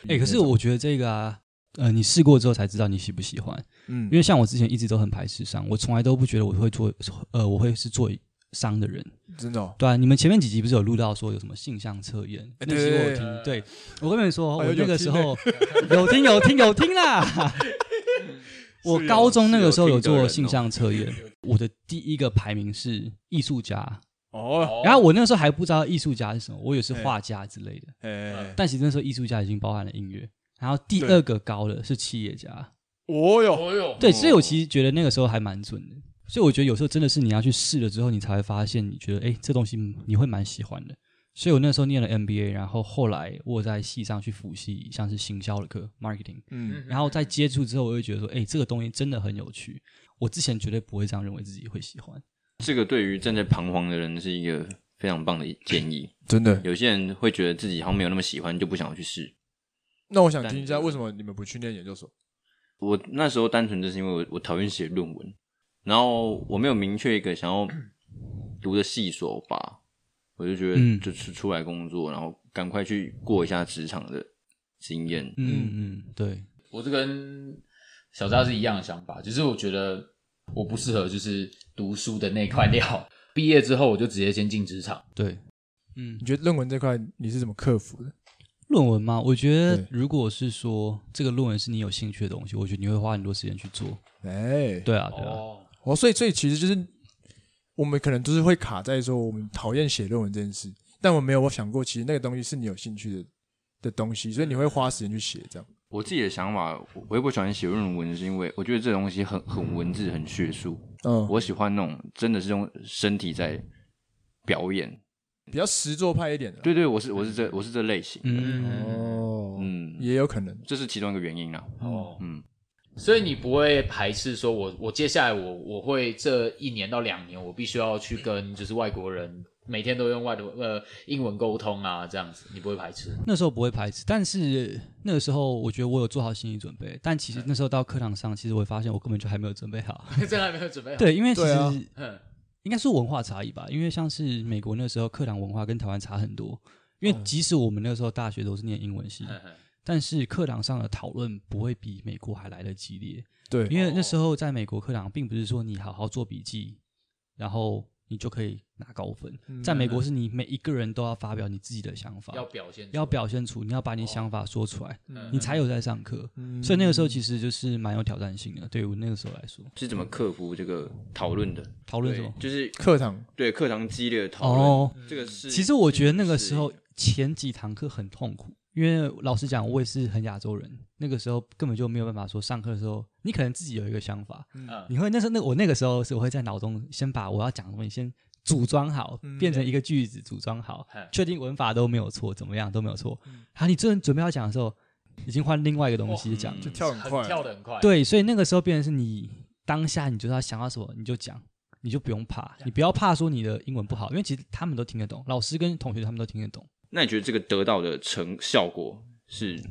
S1: 哎、可是我觉得这个啊，呃，你试过之后才知道你喜不喜欢。
S3: 嗯
S1: 因为像我之前一直都很排斥商，我从来都不觉得我会做，呃，我会是做商的人。
S3: 真的、哦，
S1: 对啊，你们前面几集不是有录到说有什么性向测验？
S3: 哎
S1: 那集
S3: 对
S1: 我有
S3: 对
S1: 听，对我跟你们说，哦
S3: 哎呦
S1: 我那
S3: 有
S1: 个
S3: 听
S1: 时
S3: 欸
S1: 候有听有听有听啦。我
S2: 是有
S1: 高中那
S2: 是
S1: 个
S2: 有
S1: 时候有
S2: 听的
S1: 做
S2: 人
S1: 性
S2: 哦
S1: 向测验，我的第一个排名是艺术家，
S3: 哦，
S1: 然后我那时候还不知道艺术家是什么，我以为是画家之类的，
S3: 哎，
S1: 但其实那时候艺术家已经包含了音乐。然后第
S3: 对
S1: 二个高的是企业家，
S3: 我有，
S4: 哦哟，
S1: 对，所以我其实觉得那个时候还蛮准的。所以我觉得有时候真的是你要去试了之后，你才会发现，你觉得哎，诶这东西你会蛮喜欢的。所以我那时候念了 MBA，然后后来我有在系上去复习像是行销的课 marketing，
S3: 嗯，
S1: 然后在接触之后，我就觉得说，哎，这个东西真的很有趣。我之前绝对不会这样认为自己会喜欢。
S2: 这个对于正在彷徨的人是一个非常棒的建议。
S3: 真的。
S2: 有些人会觉得自己好像没有那么喜欢，就不想要去试。
S3: 那我想听一下，为什么你们不去念研究所？
S2: 我那时候单纯就是因为我我讨厌写论文，然后我没有明确一个想要读的系所吧，我就觉得
S1: 嗯
S2: 就是出来工作，然后赶快去过一下职场的经验。
S1: 嗯嗯，对，
S4: 我这跟小扎是一样的想法，就是我觉得我不适合就是读书的那块料。毕业之后我就直接先进职场，
S1: 对，嗯
S3: 你，觉得论文这块你是怎么克服的？
S1: 论文吗？我觉得
S3: 对
S1: 如果是说这个论文是你有兴趣的东西，我觉得你会花很多时间去做。
S3: 哎，
S1: 对啊，对啊，
S4: 哦，
S3: 哦，所以所以其实就是我们可能就是会卡在说我们讨厌写论文这件事，但我没有想过，其实那个东西是你有兴趣的的东西，所以你会花时间去写这样。
S2: 我自己的想法，我我也不喜欢写论文，是因为我觉得这东西很很文字、很学术。
S3: 嗯，
S2: 我喜欢那种真的是用身体在表演。
S3: 比较实作派一点的。
S2: 对对，我是我是这我是这类型。
S1: 嗯，
S3: 哦，
S2: 嗯
S3: 也有可能。
S2: 这是其中一个原因啦。
S4: 哦，
S2: 嗯，
S4: 所以你不会排斥说我，我接下来我我会这一年到两年，我必须要去跟就是外国人每天都用外国呃英文沟通啊，这样子你不会排斥
S1: 那时候不会排斥，但是那个时候我觉得我有做好心理准备，但其实那时候到课堂上，其实我发现我根本就还没有准备好。
S4: 这样还没有准备好。，
S1: 对，因为其
S3: 对啊
S1: 实
S4: 嗯，
S1: 应该是文化差异吧，因为像是美国那时候课堂文化跟台湾差很多。因为即使我们那时候大学都是念英文系，
S4: 嗯嗯
S1: 但是课堂上的讨论不会比美国还来得激烈，
S3: 对，
S1: 因为那时候在美国课堂，并不是说你好好做笔记，然后你就可以拿高分。
S3: 嗯
S1: 在美国，是你每一个人都要发表你自己的想法，
S4: 要表现出来，
S1: 要表现出，你要把你想法说出来，
S4: 嗯
S1: 你才有在上课。
S3: 嗯
S1: 所以那个时候其实就是蛮有挑战性的，对我那个时候来说，
S2: 是怎么克服这个讨论的？
S1: 讨论什么？
S2: 就是
S3: 嗯课堂
S2: 对课堂激烈的讨论。
S1: 哦，
S2: 这个是
S1: 其实我觉得那个时候前几堂课很痛苦，因为老实讲，我也是很亚洲人，那个时候根本就没有办法说上课的时候，你可能自己有一个想法，
S2: 啊
S4: 嗯，
S1: 你会那时候那我那个时候是我会在脑中先把我要讲的东西先组装好，
S3: 嗯
S1: 变成一个句子组装好
S4: 嗯，
S1: 确定文法都没有错，怎么样都没有错。
S3: 嗯
S1: 好，你真的准备要讲的时候，已经换另外一个东西讲了
S2: 嗯。
S3: 就跳很快，
S4: 跳得很快，，
S1: 对，所以那个时候变成是你当下你就是要想到什么你就讲，你就不用怕，你不要怕说你的英文不好，因为其实他们都听得懂，老师跟同学他们都听得懂。
S2: 那你觉得这个得到的成效果是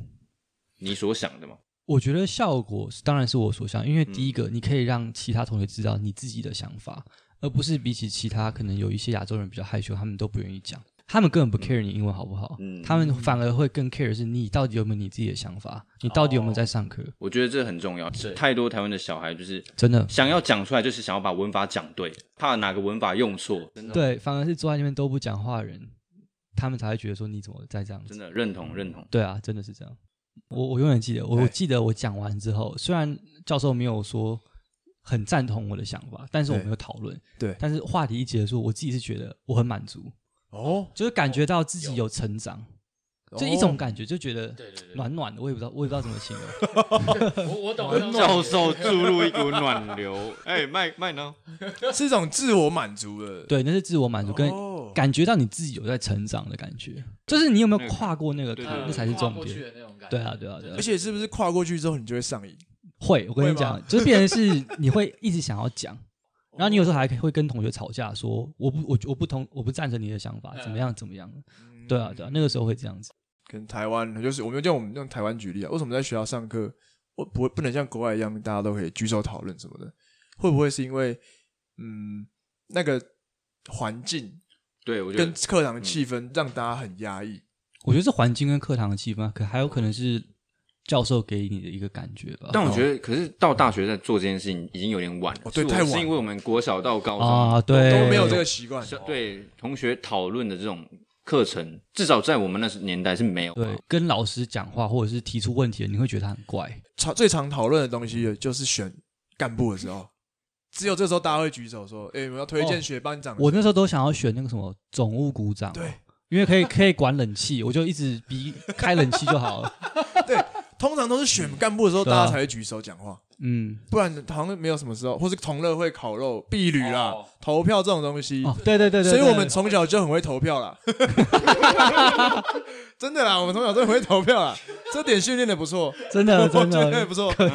S2: 你所想的吗？
S1: 我觉得效果是当然是我所想，因为
S2: 嗯
S1: 第一个你可以让其他同学知道你自己的想法，而不是比起其他可能有一些亚洲人比较害羞，他们都不愿意讲，他们根本不 care 你英文好不好，
S2: 嗯
S1: 他们反而会更 care 是你到底有没有你自己的想法，你到底
S2: 哦
S1: 有没有在上课，
S2: 我觉得这很重要。
S4: 对
S2: 太多台湾的小孩就是
S1: 真的。
S2: 想要讲出来，就是想要把文法讲对，怕哪个文法用错。真的，
S1: 对，反而是坐在那边都不讲话的人，他们才会觉得说你怎么在这样子
S2: 真。的认同认同。
S1: 对啊，真的是这样。我
S3: 嗯
S1: 我永远记得，我我记得我讲完之后，虽然教授没有说很赞同我的想法，但是我
S3: 对
S1: 们有讨论。
S3: 对
S1: 但是话题一结束，我自己是觉得我很满足，
S3: 哦，
S1: 就是感觉到自己有成长，就一种感觉，就觉得
S4: 对对对
S1: 暖暖的。我也不知道，我也不知道怎么形容。
S4: 我我懂我懂
S2: 教授注入一股暖 流。哎、麦麦呢？
S3: 觉，哦是一种自我满足的，
S1: 对，那是自我满足，跟
S3: 哦
S1: 感觉到你自己有在成长的感觉。就是你有没
S2: 那
S1: 有
S2: 个
S1: 跨过那个坎
S2: 对对，对
S1: 那才是重
S4: 嗯跨过去
S1: 点。
S4: 的那种感觉，
S1: 对啊，对啊，对啊
S3: 而。且是不是跨过去之后你就会上瘾？
S1: 会，我跟
S3: 会
S1: 你讲
S3: 吗，哦
S1: 就是变成 是你会一直想要讲，然后你有时候还会跟同学吵架，说我不我我不同我不赞成你的想法，
S3: 嗯
S1: 怎么样怎么样？对啊对啊，那个时候会这样子。
S3: 可能台湾就是我们就用我们用台湾举例啊，为什么在学校上课，我不会不能像国外一样大家都可以举手讨论什么的？会不会是因为嗯那个环境
S2: 对，嗯我觉
S3: 跟
S2: 得
S3: 课堂的气氛让大家很压抑？
S1: 我觉得是环境跟课堂的气氛，可还有可能是教授给你的一个感觉吧。
S2: 但我觉得，可是到大学在做这件事情已经有点晚了。
S3: 哦对
S2: 是我
S3: 太晚
S2: 是因为我们国小到高中
S1: 啊，对，
S3: 都没有这个习惯，
S2: 像啊对同学讨论的这种课程，至少在我们那时年代是没有。
S1: 对，跟老师讲话或者是提出问题，你会觉得他很怪。
S3: 常最常讨论的东西就是选干部的时候，只有这时候大家会举手说：“哎、我们要推荐学班长。
S1: 哦我那时候都想要选那个什么总务股长，
S3: 对，
S1: 因为可以可以管冷气，我就一直逼开冷气就好了。
S3: 通常都是选干部的时候，
S1: 对啊
S3: 大家才会举手讲话，
S1: 嗯，
S3: 不然好像没有什么时候，或是同乐会、烤肉、避旅啦、
S4: 哦
S3: 投票这种东西。
S1: 哦，对对对对，
S3: 所以我
S1: 对
S3: 们从小就很会投票啦，真的啦，我们从小就很会投票啦，这点训练的不错，
S1: 真的
S3: 我
S1: 呃真
S3: 觉得
S1: 的
S3: 不错，
S2: 嗯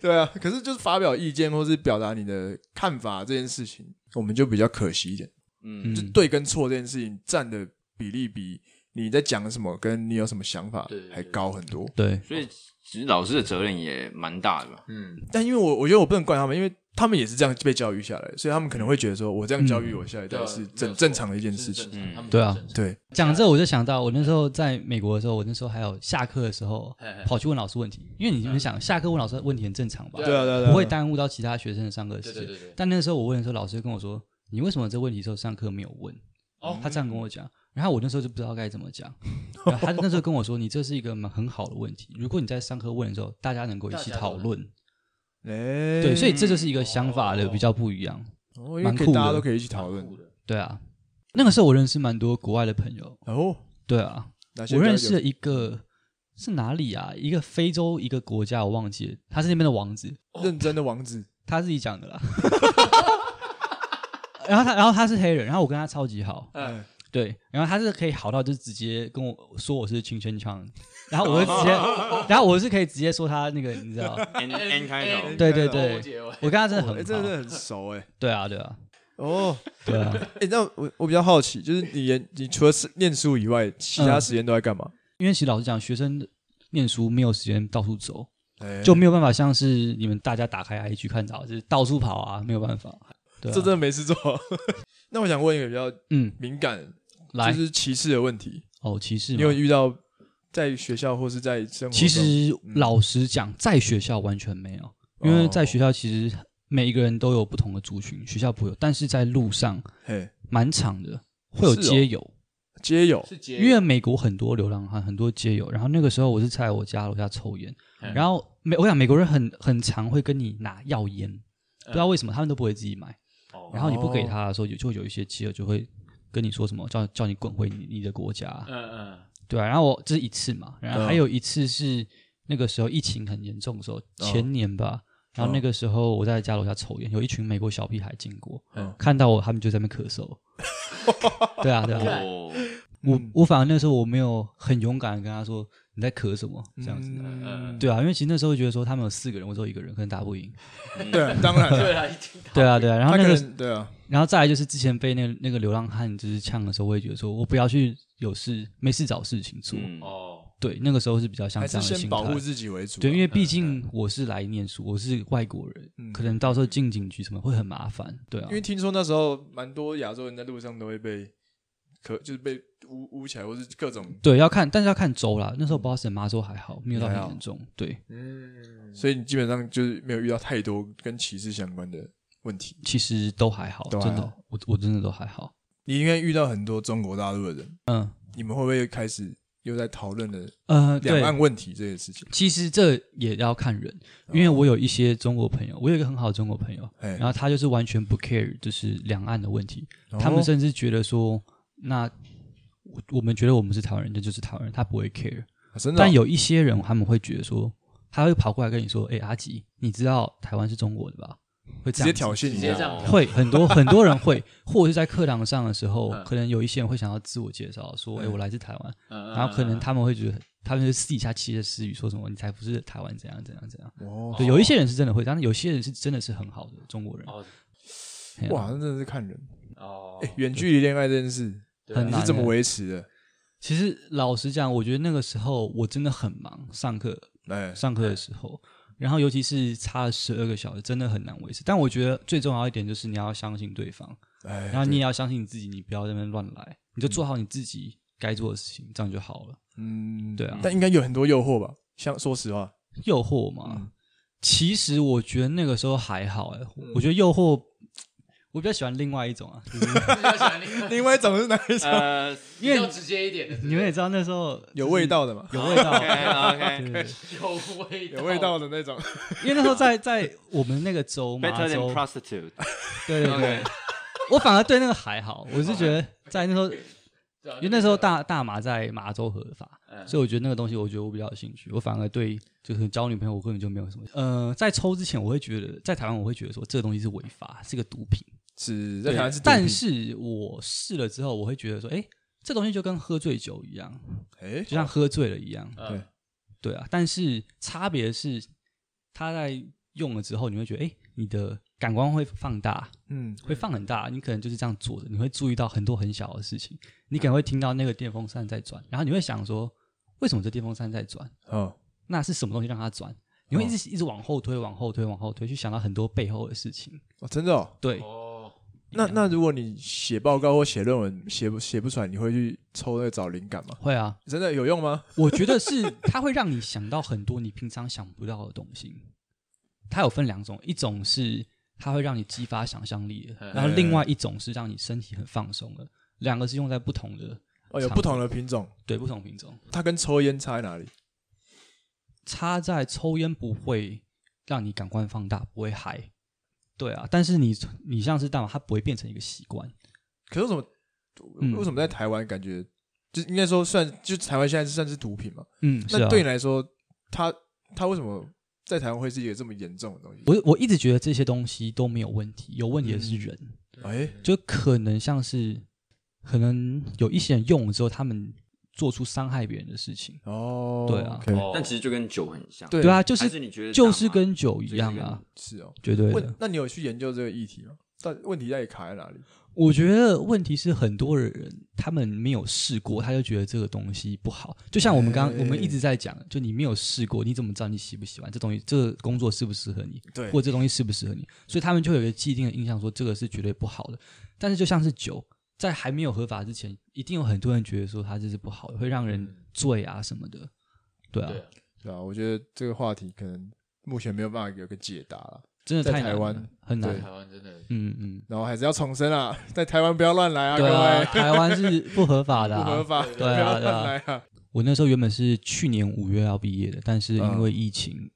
S3: 对啊。可是就是发表意见或是表达你的看法这件事情，我们就比较可惜一点。
S2: 嗯，
S1: 嗯
S3: 就对跟错这件事情占的比例比你在讲什么跟你有什么想法
S4: 对对对
S3: 还高很多。
S1: 对，
S2: 所以其实老师的责任也蛮大的 吧。
S4: 嗯，
S3: 但因为我我觉得我不能怪他们，因为他们也是这样被教育下来的，所以他们可能会觉得说我这样教育我下一代
S4: 对啊
S3: 是
S4: 没
S3: 正
S4: 有错
S3: 正常的一件事情。
S4: 是正嗯常他们
S1: 对啊
S4: 是正常
S3: 对，
S1: 讲这我就想到，我那时候在美国的时候，我那时候还有下课的时候
S4: 嘿嘿
S1: 跑去问老师问题，因为你们想下课问老师问题很正常吧
S4: 对，
S3: 对啊对啊对啊，
S1: 不会耽误到其他学生的上课时
S4: 对对
S1: 间。
S4: 对对，
S1: 但那时候我问的时候，老师跟我说：“你为什么这问题的时候上课没有问？”
S4: 哦
S1: 他这样跟我讲，然后我那时候就不知道该怎么 讲。然后他那时候跟我说：“你这是一个蛮很好的问题，如果你在上课问的时候，大家能够一起讨论，
S3: 哎，
S1: 对，所以这就是一个想法的比较不一样，
S3: 哦因为
S1: 蛮
S3: 可
S1: 酷
S3: 以
S1: 的
S3: 大家都可以一起讨论
S4: 酷。的
S1: 对啊。”那个时候我认识蛮多国外的朋友，
S3: 哦，
S1: 对啊，
S3: 哪些
S1: 我
S3: 比较
S1: 认
S3: 有
S1: 识了一个是哪里啊？一个非洲一个国家，我忘记了，他是那边的王子，
S3: 认真的王子，
S1: 他自己讲的啦。 然后他，然后他是黑人，然后我跟他超级好，
S4: 嗯
S3: 哎
S1: 对，然后他是可以好到就直接跟我说我是青春腔，然后我就直接，
S3: 哦
S1: 然后我是可以直接说他那个，你 知道，
S2: N N 开头，
S1: 对对
S4: 哦
S1: 对，
S4: 结尾
S1: 我跟他真的
S3: 哦哎，
S1: 很
S3: 真的
S1: 好，
S3: 很熟哎。
S1: 对啊对啊
S3: 哦，
S1: 对啊，
S3: 哎，那我我比较好奇，就是你研你除了是念书以外，其他
S1: 嗯
S3: 时间都在干嘛？
S1: 因为其实老实讲，学生念书没有时间到处走，
S3: 哎
S1: 就没有办法像是你们大家打开 IG 看到，就是到处跑啊，没有办法，对啊
S3: 这真的没事做。 那我想问一个比较
S1: 嗯
S3: 敏感，
S1: 来
S3: 就是歧视的问题。
S1: 哦，歧视
S3: 你
S1: 吗
S3: 有遇到在学校或是在生活中，
S1: 其实
S3: 嗯哦
S1: 老实讲，在学校完全没有，因为在学校其实每一个人都有不同的族群，学校不会有，但是在路上
S3: 嘿
S1: 蛮长的，会有
S3: 是哦
S1: 街友。
S3: 街友
S4: 是街
S1: 因为美国很多流浪汉，很多街友。然后那个时候我是在我家楼下抽烟，
S4: 嗯
S1: 然后美我想美国人很很常会跟你拿药烟，不知
S3: 嗯
S1: 道为什么他们都不会自己买。
S4: 嗯哦
S1: 然后你不给他的时候，有就会有一些街友就会跟你说什么叫叫你滚回你你的国家，
S4: 嗯嗯
S1: 对啊。然后我这是一次嘛，然后
S3: 嗯
S1: 还有一次是那个时候疫情很严重的时候，
S3: 嗯
S1: 前年吧。然后那个时候我在家楼下抽烟，有一群美国小屁孩经过，
S3: 嗯
S1: 看到我他们就在那边咳 嗽。对啊，对啊，
S2: 哦，
S1: 我
S3: 嗯
S1: 我反而那时候我没有很勇敢的跟他说你在咳什么这样子，
S3: 嗯
S4: 嗯
S1: 对啊，因为其实那时候觉得说他们有四个人，我只有一个人，可能打不赢。
S3: 对啊， 当然了
S4: 对啊，一定
S1: 对啊，对啊，然
S3: 他可
S1: 后那个，
S3: 能对啊，
S1: 然后再来就是之前被那个那个流浪汉就是呛的时候，我也觉得说我不要去有事没事找事情做。
S2: 嗯，
S4: 哦，
S1: 对，那个时候是比较像
S3: 还是
S1: 这样的
S3: 先
S1: 心
S3: 保护
S1: 态。
S3: 自己为主啊。
S1: 对，因为毕竟我是来念书，我是外国人，
S3: 嗯
S1: 可能到时候进警局什么会很麻烦。对啊
S3: 因，为听说那时候蛮多亚洲人在路上都会被可就是被捂捂起来，或是各种，
S1: 对，要看，但是要看州啦。那时候 Boston 麻州还好，没有到
S3: 嗯
S1: 很
S3: 还好
S1: 严重。对，
S4: 嗯，
S3: 所以你基本上就是没有遇到太多跟歧视相关的问题。
S1: 其实都还好，
S3: 都还
S1: 真的
S3: 好，
S1: 我我真的都还好。
S3: 你应该遇到很多中国大陆的人，
S1: 嗯，
S3: 你们会不会开始又在讨论了
S1: 呃，
S3: 两
S1: 对，
S3: 岸问题这些事情？
S1: 其实这也要看人，因
S3: 哦
S1: 为我有一些中国朋友，我有一个很好的中国朋友，
S3: 哎
S1: 然后他就是完全不 care 就是两岸的问题，
S3: 哦
S1: 啊他们甚至觉得说，那我我们觉得我们是台湾人，这就是台湾人，他不会 care。
S3: 啊真的哦，
S1: 但有一些人他们会觉得说，他会跑过来跟你说，哎，阿吉，你知道台湾是中国的吧？会这
S3: 直
S1: 样
S3: 接
S1: 子
S3: 挑衅你啊
S4: 直接这样
S2: 哦
S4: 子，
S1: 会 很多很多人会，或者是在课堂上的时候，
S4: 嗯
S1: 可能有一些人会想要自我介绍，说，哎，我来自台湾，
S4: 嗯
S1: 然后可能他们会觉得，他们就私底下窃窃私语，说什么你才不是台湾怎样怎样怎样。
S3: 哦，
S1: 对，有一些人是真的会，但是有些人是真的是很好的中国人。
S4: 哦
S1: 嘿啊
S3: 哇，那真的是看人。
S4: 哦
S3: 哎，远距离恋爱这件事，
S4: 对啊
S1: 很
S3: 你
S1: 难
S3: 是怎么维持的？
S1: 其实老实讲，我觉得那个时候我真的很忙，上课
S3: 哎，
S1: 上课的时候，然后尤其是差了十二个小时，真的很难维持。但我觉得最重要一点就是你要相信对方，
S3: 哎，
S1: 然后你
S3: 对
S1: 也要相信你自己，你不要在那边乱来，你就做好你自己该做的事情，这样就好了。
S3: 嗯，
S1: 对啊
S3: 但应该有很多诱惑吧？像说实话，
S1: 诱惑嘛，
S3: 嗯
S1: 其实我觉得那个时候还好、欸，我觉得诱惑，我比较喜欢另外一种啊， 就是
S3: 另外一种是哪一种？
S2: 呃
S4: 因为直接一点的，
S1: 你们也知道那时候
S3: 有味道的嘛？
S1: 有味 道，对对
S2: ，OK，OK，
S1: 对
S4: 有味
S3: 有味道的那种。
S1: 因为那时候在在我们那个州嘛
S2: Better
S1: 州
S2: than，prostitute。
S1: 对对对
S2: OK，，
S1: 我反而对那个 还好，我是觉得在那时候，
S4: 对啊，
S1: 因为那时候大大麻在麻州合法，
S4: 嗯
S1: 所以我觉得那个东西我觉得我比较有兴趣，我反而对就是交女朋友我根本就没有什么，呃，在抽之前我会觉得在台湾我会觉得说这个东西是违法，是个毒品，
S3: 是在台湾是毒品，
S1: 但是我试了之后我会觉得说，哎，这东西就跟喝醉酒一样，
S3: 哎，
S1: 就像喝醉了一样，
S4: 嗯
S3: 对
S1: 对啊，但是差别是，它在用了之后，你会觉得，哎，你的感官会放大，
S3: 嗯，
S1: 会放很大。你可能就是这样做的，你会注意到很多很小的事情，你可能会听到那个电风扇在转，然后你会想说，为什么这电风扇在转？
S3: 哦，
S1: 那是什么东西让它转？你会一直一直往后推，往后推，往后推，去想到很多背后的事情。
S3: 哦真的哦。
S1: 对，
S4: 哦，
S3: 那
S1: 嗯
S3: 那如果你写报告或写论文写不写不出来，你会去抽那个找灵感吗？
S1: 会啊，
S3: 真的有用吗？
S1: 我觉得是它会让你想到很多你平常想不到的东西。它有分两种，一种是它会让你激发想象力的，
S4: 嗯
S1: 然后另外一种是让你身体很放松的。两个是用在不同的
S3: 哦，有
S1: 差
S3: 不同的品种，
S1: 对不同品种，
S3: 它跟抽烟差在哪里？
S1: 插在抽烟不会让你感官放大，不会嗨。对啊，但是你你像是大麻，它不会变成一个习惯。
S3: 可是为什么？
S1: 嗯
S3: 为什么在台湾感觉就是应该说算就台湾现在是算是毒品嘛？
S1: 嗯，是
S3: 那
S1: 啊。
S3: 对你来说，它它为什么在台湾会是一个这么严重的东西？
S1: 我我一直觉得这些东西都没有问题，有问题的是
S3: 嗯
S1: 人。
S3: 哎，
S1: 就可能像是，可能有一些人用了之后，他们做出伤害别人的事情。
S3: 哦，
S1: 对啊
S3: OK
S2: 但其实就跟酒很像，
S3: 对
S1: 对啊，就
S2: 就是你觉得
S1: 就是
S2: 大麻
S1: 跟酒一样啊，
S3: 是哦。
S1: 绝对的
S3: 问，。那你有去研究这个议题吗？但问题在卡在哪里？
S1: 我觉得问题是很多人他们没有试过，他就觉得这个东西不好。就像我们刚刚
S3: 哎
S1: 我们一直在讲，就你没有试过，你怎么知道你喜不喜欢这东西？这个工作适不适合你？
S3: 对
S1: 或者这东西适不适合你，所以他们就有一个既定的印象，说这个是绝对不好的。但是就像是酒，在还没有合法之前，一定有很多人觉得说它这是不好的，会让人醉啊什么的。对啊，
S4: 对啊
S3: 嗯对啊，我觉得这个话题可能目前没有办法有个解答了。
S1: 真的
S3: 在
S1: 太
S3: 台
S1: 难了
S3: 湾
S1: 很难
S3: 对。
S4: 台湾真的
S1: 嗯嗯，
S3: 然后还是要重申啊， 在台湾不要乱来啊，
S1: 对啊，
S3: 各
S1: 台湾是不合法的、
S3: 位，
S1: 啊，
S3: 不合法，
S4: 对
S3: 不
S1: 对啊
S3: 要
S1: 对啊
S3: 乱来啊。
S1: 我那时候原本是去年五月要毕业的，但是因
S3: 嗯
S1: 为疫情，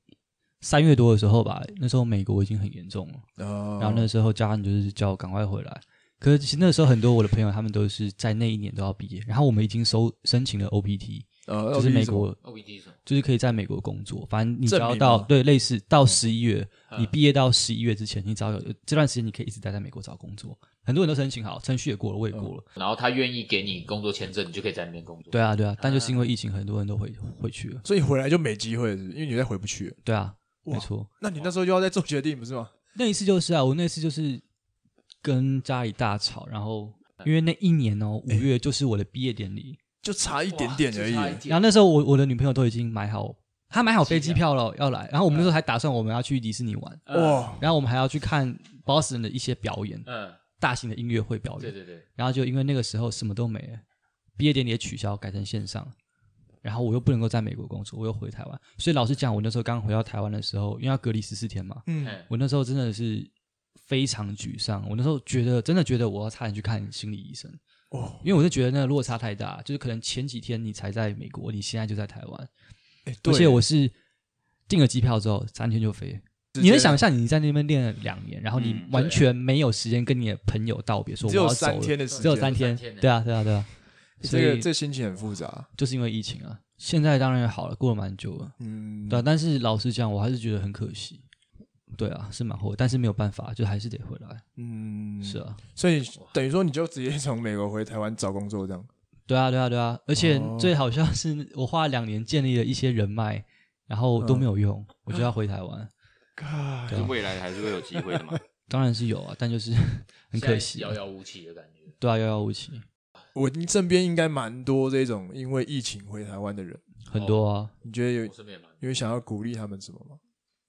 S1: 三、月多的时候吧，那时候美国已经很严重了，
S3: 然
S1: 然后那时候家人就是叫我赶快回来。可是其实那时候很多我的朋友他们都是在那一年都要毕业，然后我们已经收申请了 OPT，
S3: 呃，
S1: 就是美国
S4: OBD 什么？
S1: 就是可以在美国工作，反正你只
S3: 证
S1: 要
S3: 明
S1: 到
S3: 吗
S1: 对类似到十一月，
S4: 嗯
S1: 你毕业到十一月之前，你只要有这段时间你可以一直待在美国找工作，很多人都申请好，程序也过了，我也过
S3: 嗯
S1: 了，
S4: 然后他愿意给你工作签证，你就可以在那边工作。
S1: 对，啊对啊，但就是因为疫情，很多人都回回去了，
S3: 所以回来就没机会了，是不是因为你再回不去了。
S1: 对啊，
S3: 哇
S1: 没错。
S3: 那你那时候就要再做决定，不是吗？
S1: 那一次就是啊，我那次就是跟家里大吵，然后
S4: 嗯
S1: 因为那一年哦，
S4: 哎
S1: 五月就是我的毕业典礼，
S3: 就差一点点而已。
S1: 然后那时候我我的女朋友都已经买好，她买好飞机票了要来，然后我们那
S4: 嗯
S1: 时候还打算我们要去迪士尼玩，
S4: 那
S3: 哇，
S1: 然后我们还要去看 Boston 的一些表演，
S4: 嗯，
S1: 大型的音乐会表
S4: 对
S1: 演，
S4: 对对，
S1: 然后就因为那个时候什么都没了，毕业典礼也取消，改成线上。然后我又不能够在美国工作，我又回台湾，所以老实讲，我那时候刚回到台湾的时候，因为要隔离十四天嘛，
S3: 嗯，
S4: 嗯
S1: 我那时候真的是非常沮丧，我那时候觉得真的觉得我要差点去看心理医生，
S3: 哦，
S1: 因为我是觉得那个落差太大，就是可能前几天你才在美国，你现在就在台湾，
S3: 哎对
S1: 而且我是订了机票之后三天就飞。你能想象你在那边练了两年，然后你
S2: 嗯
S1: 完全没有时间跟你的朋友道别，说我
S3: 只有
S1: 要走
S3: 三
S1: 了
S3: 天的时间，
S1: 只有三天
S4: 只有三天呢，
S1: 对啊，对啊，对啊，所
S3: 这
S1: 以
S3: 个这心情很复杂。
S1: 就是因为疫情啊，现在当然好了，过了蛮久了，
S3: 嗯，
S1: 对啊，但是老实讲，我还是觉得很可惜，对啊，是蛮后悔，但是没有办法，就还是得回来，
S3: 嗯，
S1: 是啊，
S3: 所以等于说你就直接从美国回台湾找工作这样。
S1: 对啊，对啊，对啊，而且
S3: 哦
S1: 最好笑是我花了两年建立了一些人脉，然后都没有用，我就要回台湾。
S3: God，
S1: 对啊
S2: 就未来还是会有机会的嘛。
S1: 当然是有啊，但就是 很可惜
S4: 现
S1: 啊
S4: 在，遥遥无期的感觉。
S1: 对啊，遥遥无期，
S3: 我身边应该蛮多这种因为疫情回台湾的人，
S1: 很多啊。
S3: 你觉得有
S4: 我身边也蛮多，
S3: 有想要鼓励他们什么吗？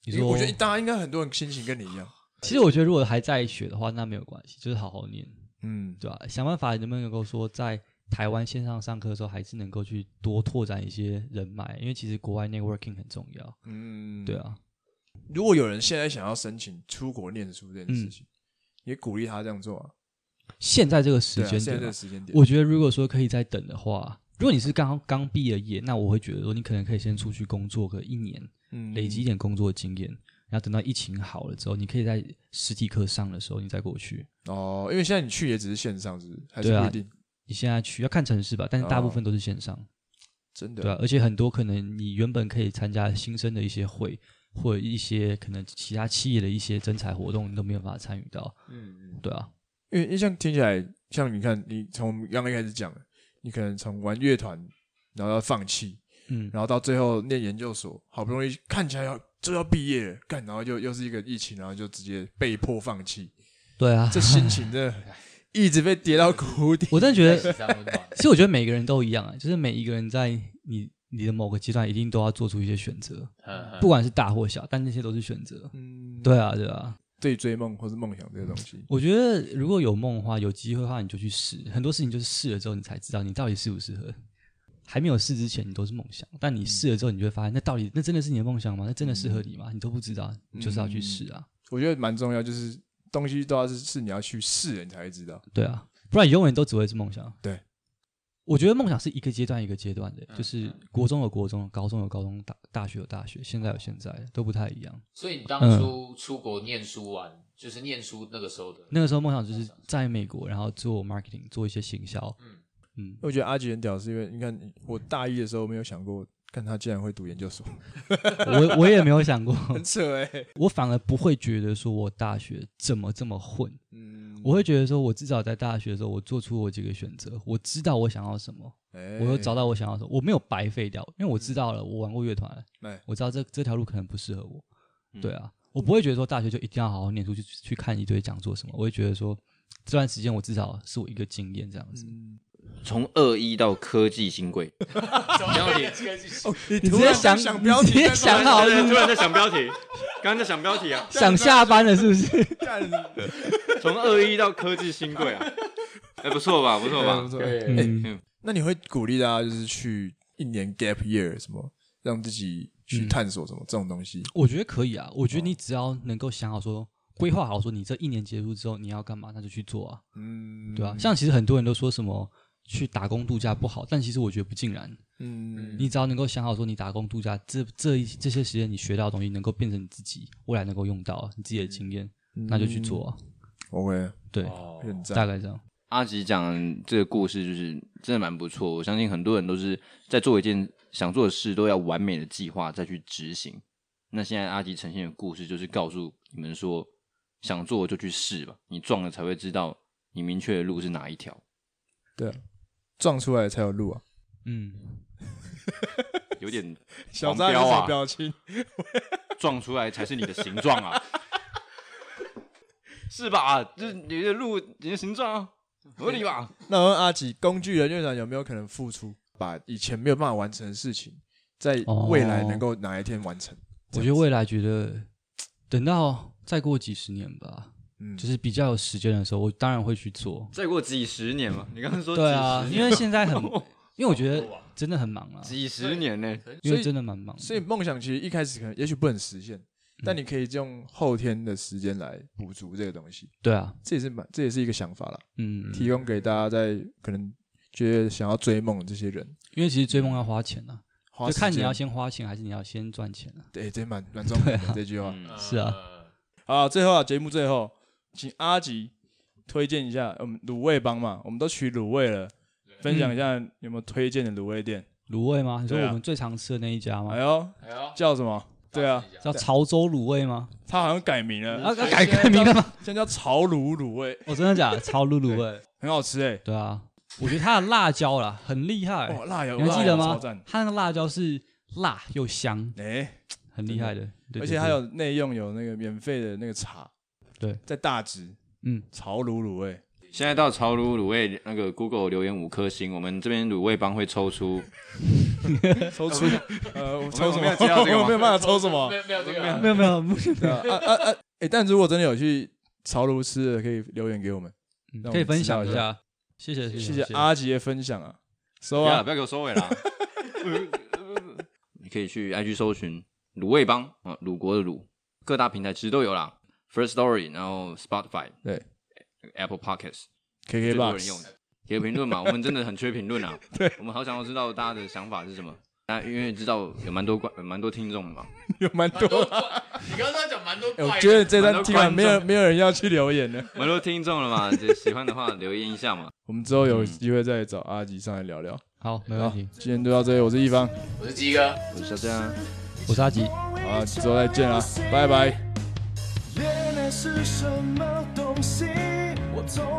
S1: 你
S3: 因为
S1: 说，
S3: 我觉得大家应该很多人心情跟你一样。
S1: 其实我觉得如果还在学的话，那没有关系，就是好好念，
S3: 嗯，
S1: 对吧、想办法能不能够说在台湾线上上课的时候，还是能够去多拓展一些人脉，因为其实国外 networking 很重要，
S3: 嗯，
S1: 对。啊，
S3: 如果有人现在想要申请出国念书这件事
S1: 嗯
S3: 情，也鼓励他这样做啊。
S1: 现在这个时
S3: 对啊，
S1: 间
S3: 现在
S1: 点
S3: 这
S1: 啊
S3: 个时间点，
S1: 我觉得如果说可以再等的话，如果你是刚刚毕了业，那我会觉得说你可能可以先出去工作个一年，
S3: 嗯
S1: 累积一点工作经验，然后等到疫情好了之后，你可以在实体课上的时候你再过去。
S3: 哦，因为现在你去也只是线上，是不是还是
S1: 对啊
S3: 不一定，
S1: 你现在去要看城市吧，但是大部
S3: 哦
S1: 分都是线上，
S3: 真的
S1: 对吧、啊而且很多可能你原本可以参加新生的一些会，或者一些可能其他企业的一些征才活动，你都没有办法参与到，
S4: 嗯嗯，
S1: 对啊，
S3: 因为因为像听起来，像你看，你从刚刚一开始讲的，你可能从玩乐团，然后要放弃，
S1: 嗯，
S3: 然后到最后念研究所，好不容易看起来要就要毕业了，干，然后又又是一个疫情，然后就直接被迫放弃，
S1: 对啊，
S3: 这心情真的一直被跌到谷底。
S1: 我真的觉得
S4: 在西藏温暖
S1: 其实我觉得每个人都一样啊，就是每一个人在你你的某个阶段一定都要做出一些选择，
S4: 嗯嗯
S1: 不管是大或小，但那些都是选择。
S3: 嗯，
S1: 对啊，对啊，
S3: 对追梦或是梦想这个东西，
S1: 我觉得如果有梦的话，有机会的话你就去试，很多事情就是试了之后你才知道你到底适不适合。还没有试之前，你都是梦想，但你试了之后，你就会发现，那到底那真的是你的梦想吗？那真的适合你吗？你都不知道，你就是要去试啊，
S3: 我觉得蛮重要，就是东西都要是是你要去试了，你才会知道。
S1: 对啊，不然你永远都只会是梦想。
S3: 对，
S1: 我觉得梦想是一个阶段一个阶段的，就是
S4: 嗯
S1: 国中有国中，高中有高中，大大学有大学，现在有现在，都不太一样。
S4: 所以你当初出国念书完，就是念书那个时候的
S1: 嗯那个时候梦想就是在美国，然后做 marketing，做一些行销。
S4: 嗯
S1: 嗯，
S3: 我觉得阿吉很屌，是因为你看我大一的时候没有想过，看他竟然会读研究所，
S1: 我我也没有想过，
S3: 很扯哎、
S1: 我反而不会觉得说我大学怎么这么混，
S3: 嗯，
S1: 我会觉得说我至少在大学的时候，我做出我几个选择，我知道我想要什么，
S3: 哎
S1: 我又找到我想要什么，我没有白费掉，因为我知道了，我玩过乐团了
S3: 哎，
S1: 我知道这这条路可能不适合我，
S3: 嗯
S1: 对啊，我不会觉得说大学就一定要好好念书去去看一堆讲座什么，我会觉得说这段时间我至少是我一个经验这样子。
S3: 嗯
S2: 从二一到科技新 贵，标题
S4: 哦，
S3: 你
S1: 你直
S3: 突
S1: 接
S3: 然
S1: 想，
S3: 想
S1: 你
S3: 标
S1: 直
S3: 题
S1: 接想好
S2: 对对
S1: 了，
S2: 突然在想标题， 刚刚在想标题啊，
S1: 想下班了是不是？
S3: 干
S2: 从二一到科技新贵啊，哎，不错吧，不
S3: 对
S2: 错
S3: 不
S2: 吧？
S3: 错。哎
S4: 对，
S1: 嗯，
S3: 那你会鼓励大家就是去一年 gap year 什么，让自己去
S1: 嗯
S3: 探索什么这种东西？
S1: 我觉得可以啊。我
S3: 哦
S1: 觉得你只要能够想好说，规划好说，你这一年结束之后你要干嘛，那就去做啊，
S3: 嗯，
S1: 对啊。像其实很多人都说什么去打工度假不好，但其实我觉得不尽然。
S3: 嗯，
S1: 你只要能够想好说，你打工度假这这一这些时间你学到的东西，能够变成你自己未来能够用到你自己的经验，那就去做啊。
S3: OK，
S1: 对，
S4: 哦
S3: 认真
S1: 大。概这样。
S2: 阿吉讲这个故事就是真的蛮不错，我相信很多人都是在做一件想做的事，都要完美的计划再去执行。那现在阿吉呈现的故事就是告诉你们说，想做就去试吧，你撞了才会知道你明确的路是哪一条。
S3: 对啊，撞出来才有路啊！
S1: 嗯，
S2: 有点
S3: 小
S2: 张
S3: 张
S2: 有什么
S3: 表情？
S2: 撞出来才是你的形状啊，是吧？啊就是你的路，你的形状啊，合理吧？
S3: 那我问阿吉，工具人院长有没有可能付出，把以前没有办法完成的事情，在未来能够哪一天完成？
S1: 我觉得未来觉得等到再过几十年吧，
S3: 嗯，
S1: 就是比较有时间的时候，我当然会去做。
S2: 再过几十年嘛，你刚刚说
S1: 对啊，
S2: 几十
S1: 因
S2: 年
S1: 为现在很，
S3: 哦
S1: 因为我觉得真的很忙啊，
S2: 几十年呢、
S1: 因
S3: 所以
S1: 为真的蛮忙的。
S3: 所以梦想其实一开始可能也许不能实现，但你可以用后天的时间来补足这个东西，
S1: 对啊，
S3: 这也是蛮这也是一个想法啦，
S1: 嗯，
S3: 提供给大家在可能觉得想要追梦的这些人，
S1: 因为其实追梦要花钱啊，
S3: 花
S1: 就看
S3: 时
S1: 你
S3: 间
S1: 要先花钱还是你要先赚钱啊。
S3: 对，这蛮蛮重要 的这句话。
S2: 嗯
S4: 嗯
S1: 是啊，
S3: 好，最后啊，节目最后，请阿吉推荐一下我们卤味帮嘛，我们都取卤味了，分享一下有没有推荐的卤味店？
S1: 卤味吗？你说
S3: 对啊
S1: 我们最常吃的那一家
S3: 哎
S1: 吗？
S3: 呦，
S4: 哎呦，
S3: 叫什么？对啊，
S1: 叫潮州卤味吗？
S3: 他好像改名了，
S1: 啊，啊改改名了吗？
S3: 现在叫潮卤卤味，
S1: 我真 的假的？潮卤卤味，
S3: 很好吃哎。
S1: 对啊，我觉得它的辣椒啦很厉害，
S3: 哦哎哇，辣油，
S1: 哎你还记得
S3: 辣油
S1: 吗
S3: 超赞！？
S1: 它那个辣椒是辣又香，
S3: 哎，
S1: 很厉害的，对对
S3: 而且
S1: 对
S3: 还有内用有那个免费的那个茶，
S1: 对，
S3: 在大直
S1: 嗯，
S3: 潮卤卤味，
S2: 现在到潮卤卤味那个 Google 留言五颗星，我们这边卤味帮会抽出
S3: 抽出 呃我抽什么
S2: 我们没有接到？这个 吗
S3: 我没有办法抽什么
S4: 没。有没有这个啊，
S1: 没有没有，不是
S3: 对啊啊啊啊！哎，但如果真的有去潮卤吃的，可以留言给我们。
S1: 嗯
S3: 那我们
S1: 可以分享
S3: 知道
S1: 一
S3: 一
S1: 下，谢谢
S2: 嗯
S3: 谢
S1: 谢
S3: 谢阿杰的分享啊，收
S2: 不要
S3: 啊
S2: 了，不要给我收尾了。 你可以去 IG 搜寻卤味帮啊，鲁国的鲁，各大平台其实都有啦，First Story，然后 Spotify，
S3: 对
S2: ，Apple Podcasts，
S3: ，KK
S2: 最多人用
S3: box，
S2: 的，给个评论嘛，我们真的很缺评论啊。对，我们好想要知道大家的想法是什么。那因为知道有蛮多观，有蛮多听众的嘛，
S3: 有蛮
S4: 蛮多
S3: 多。
S4: 怪，你刚刚讲蛮多
S3: 哎
S4: 怪的，
S3: 我觉得这
S2: 蛮
S3: 段
S2: 多
S3: 听完
S2: 观众
S3: 没有没有人要去留言了。
S2: 蛮多听众了嘛，就喜欢的话留言一下嘛。
S3: 我们之后
S2: 嗯
S3: 有机会再找阿吉上来聊聊。
S1: 好，没
S3: 好
S1: 问题，，
S3: 今天就到这里，我是一方，
S4: 我是鸡哥。
S2: 我是这样。
S1: 我是阿吉。
S3: 好啊，之后再见啊，拜拜。
S6: 恋爱是什么东西？我从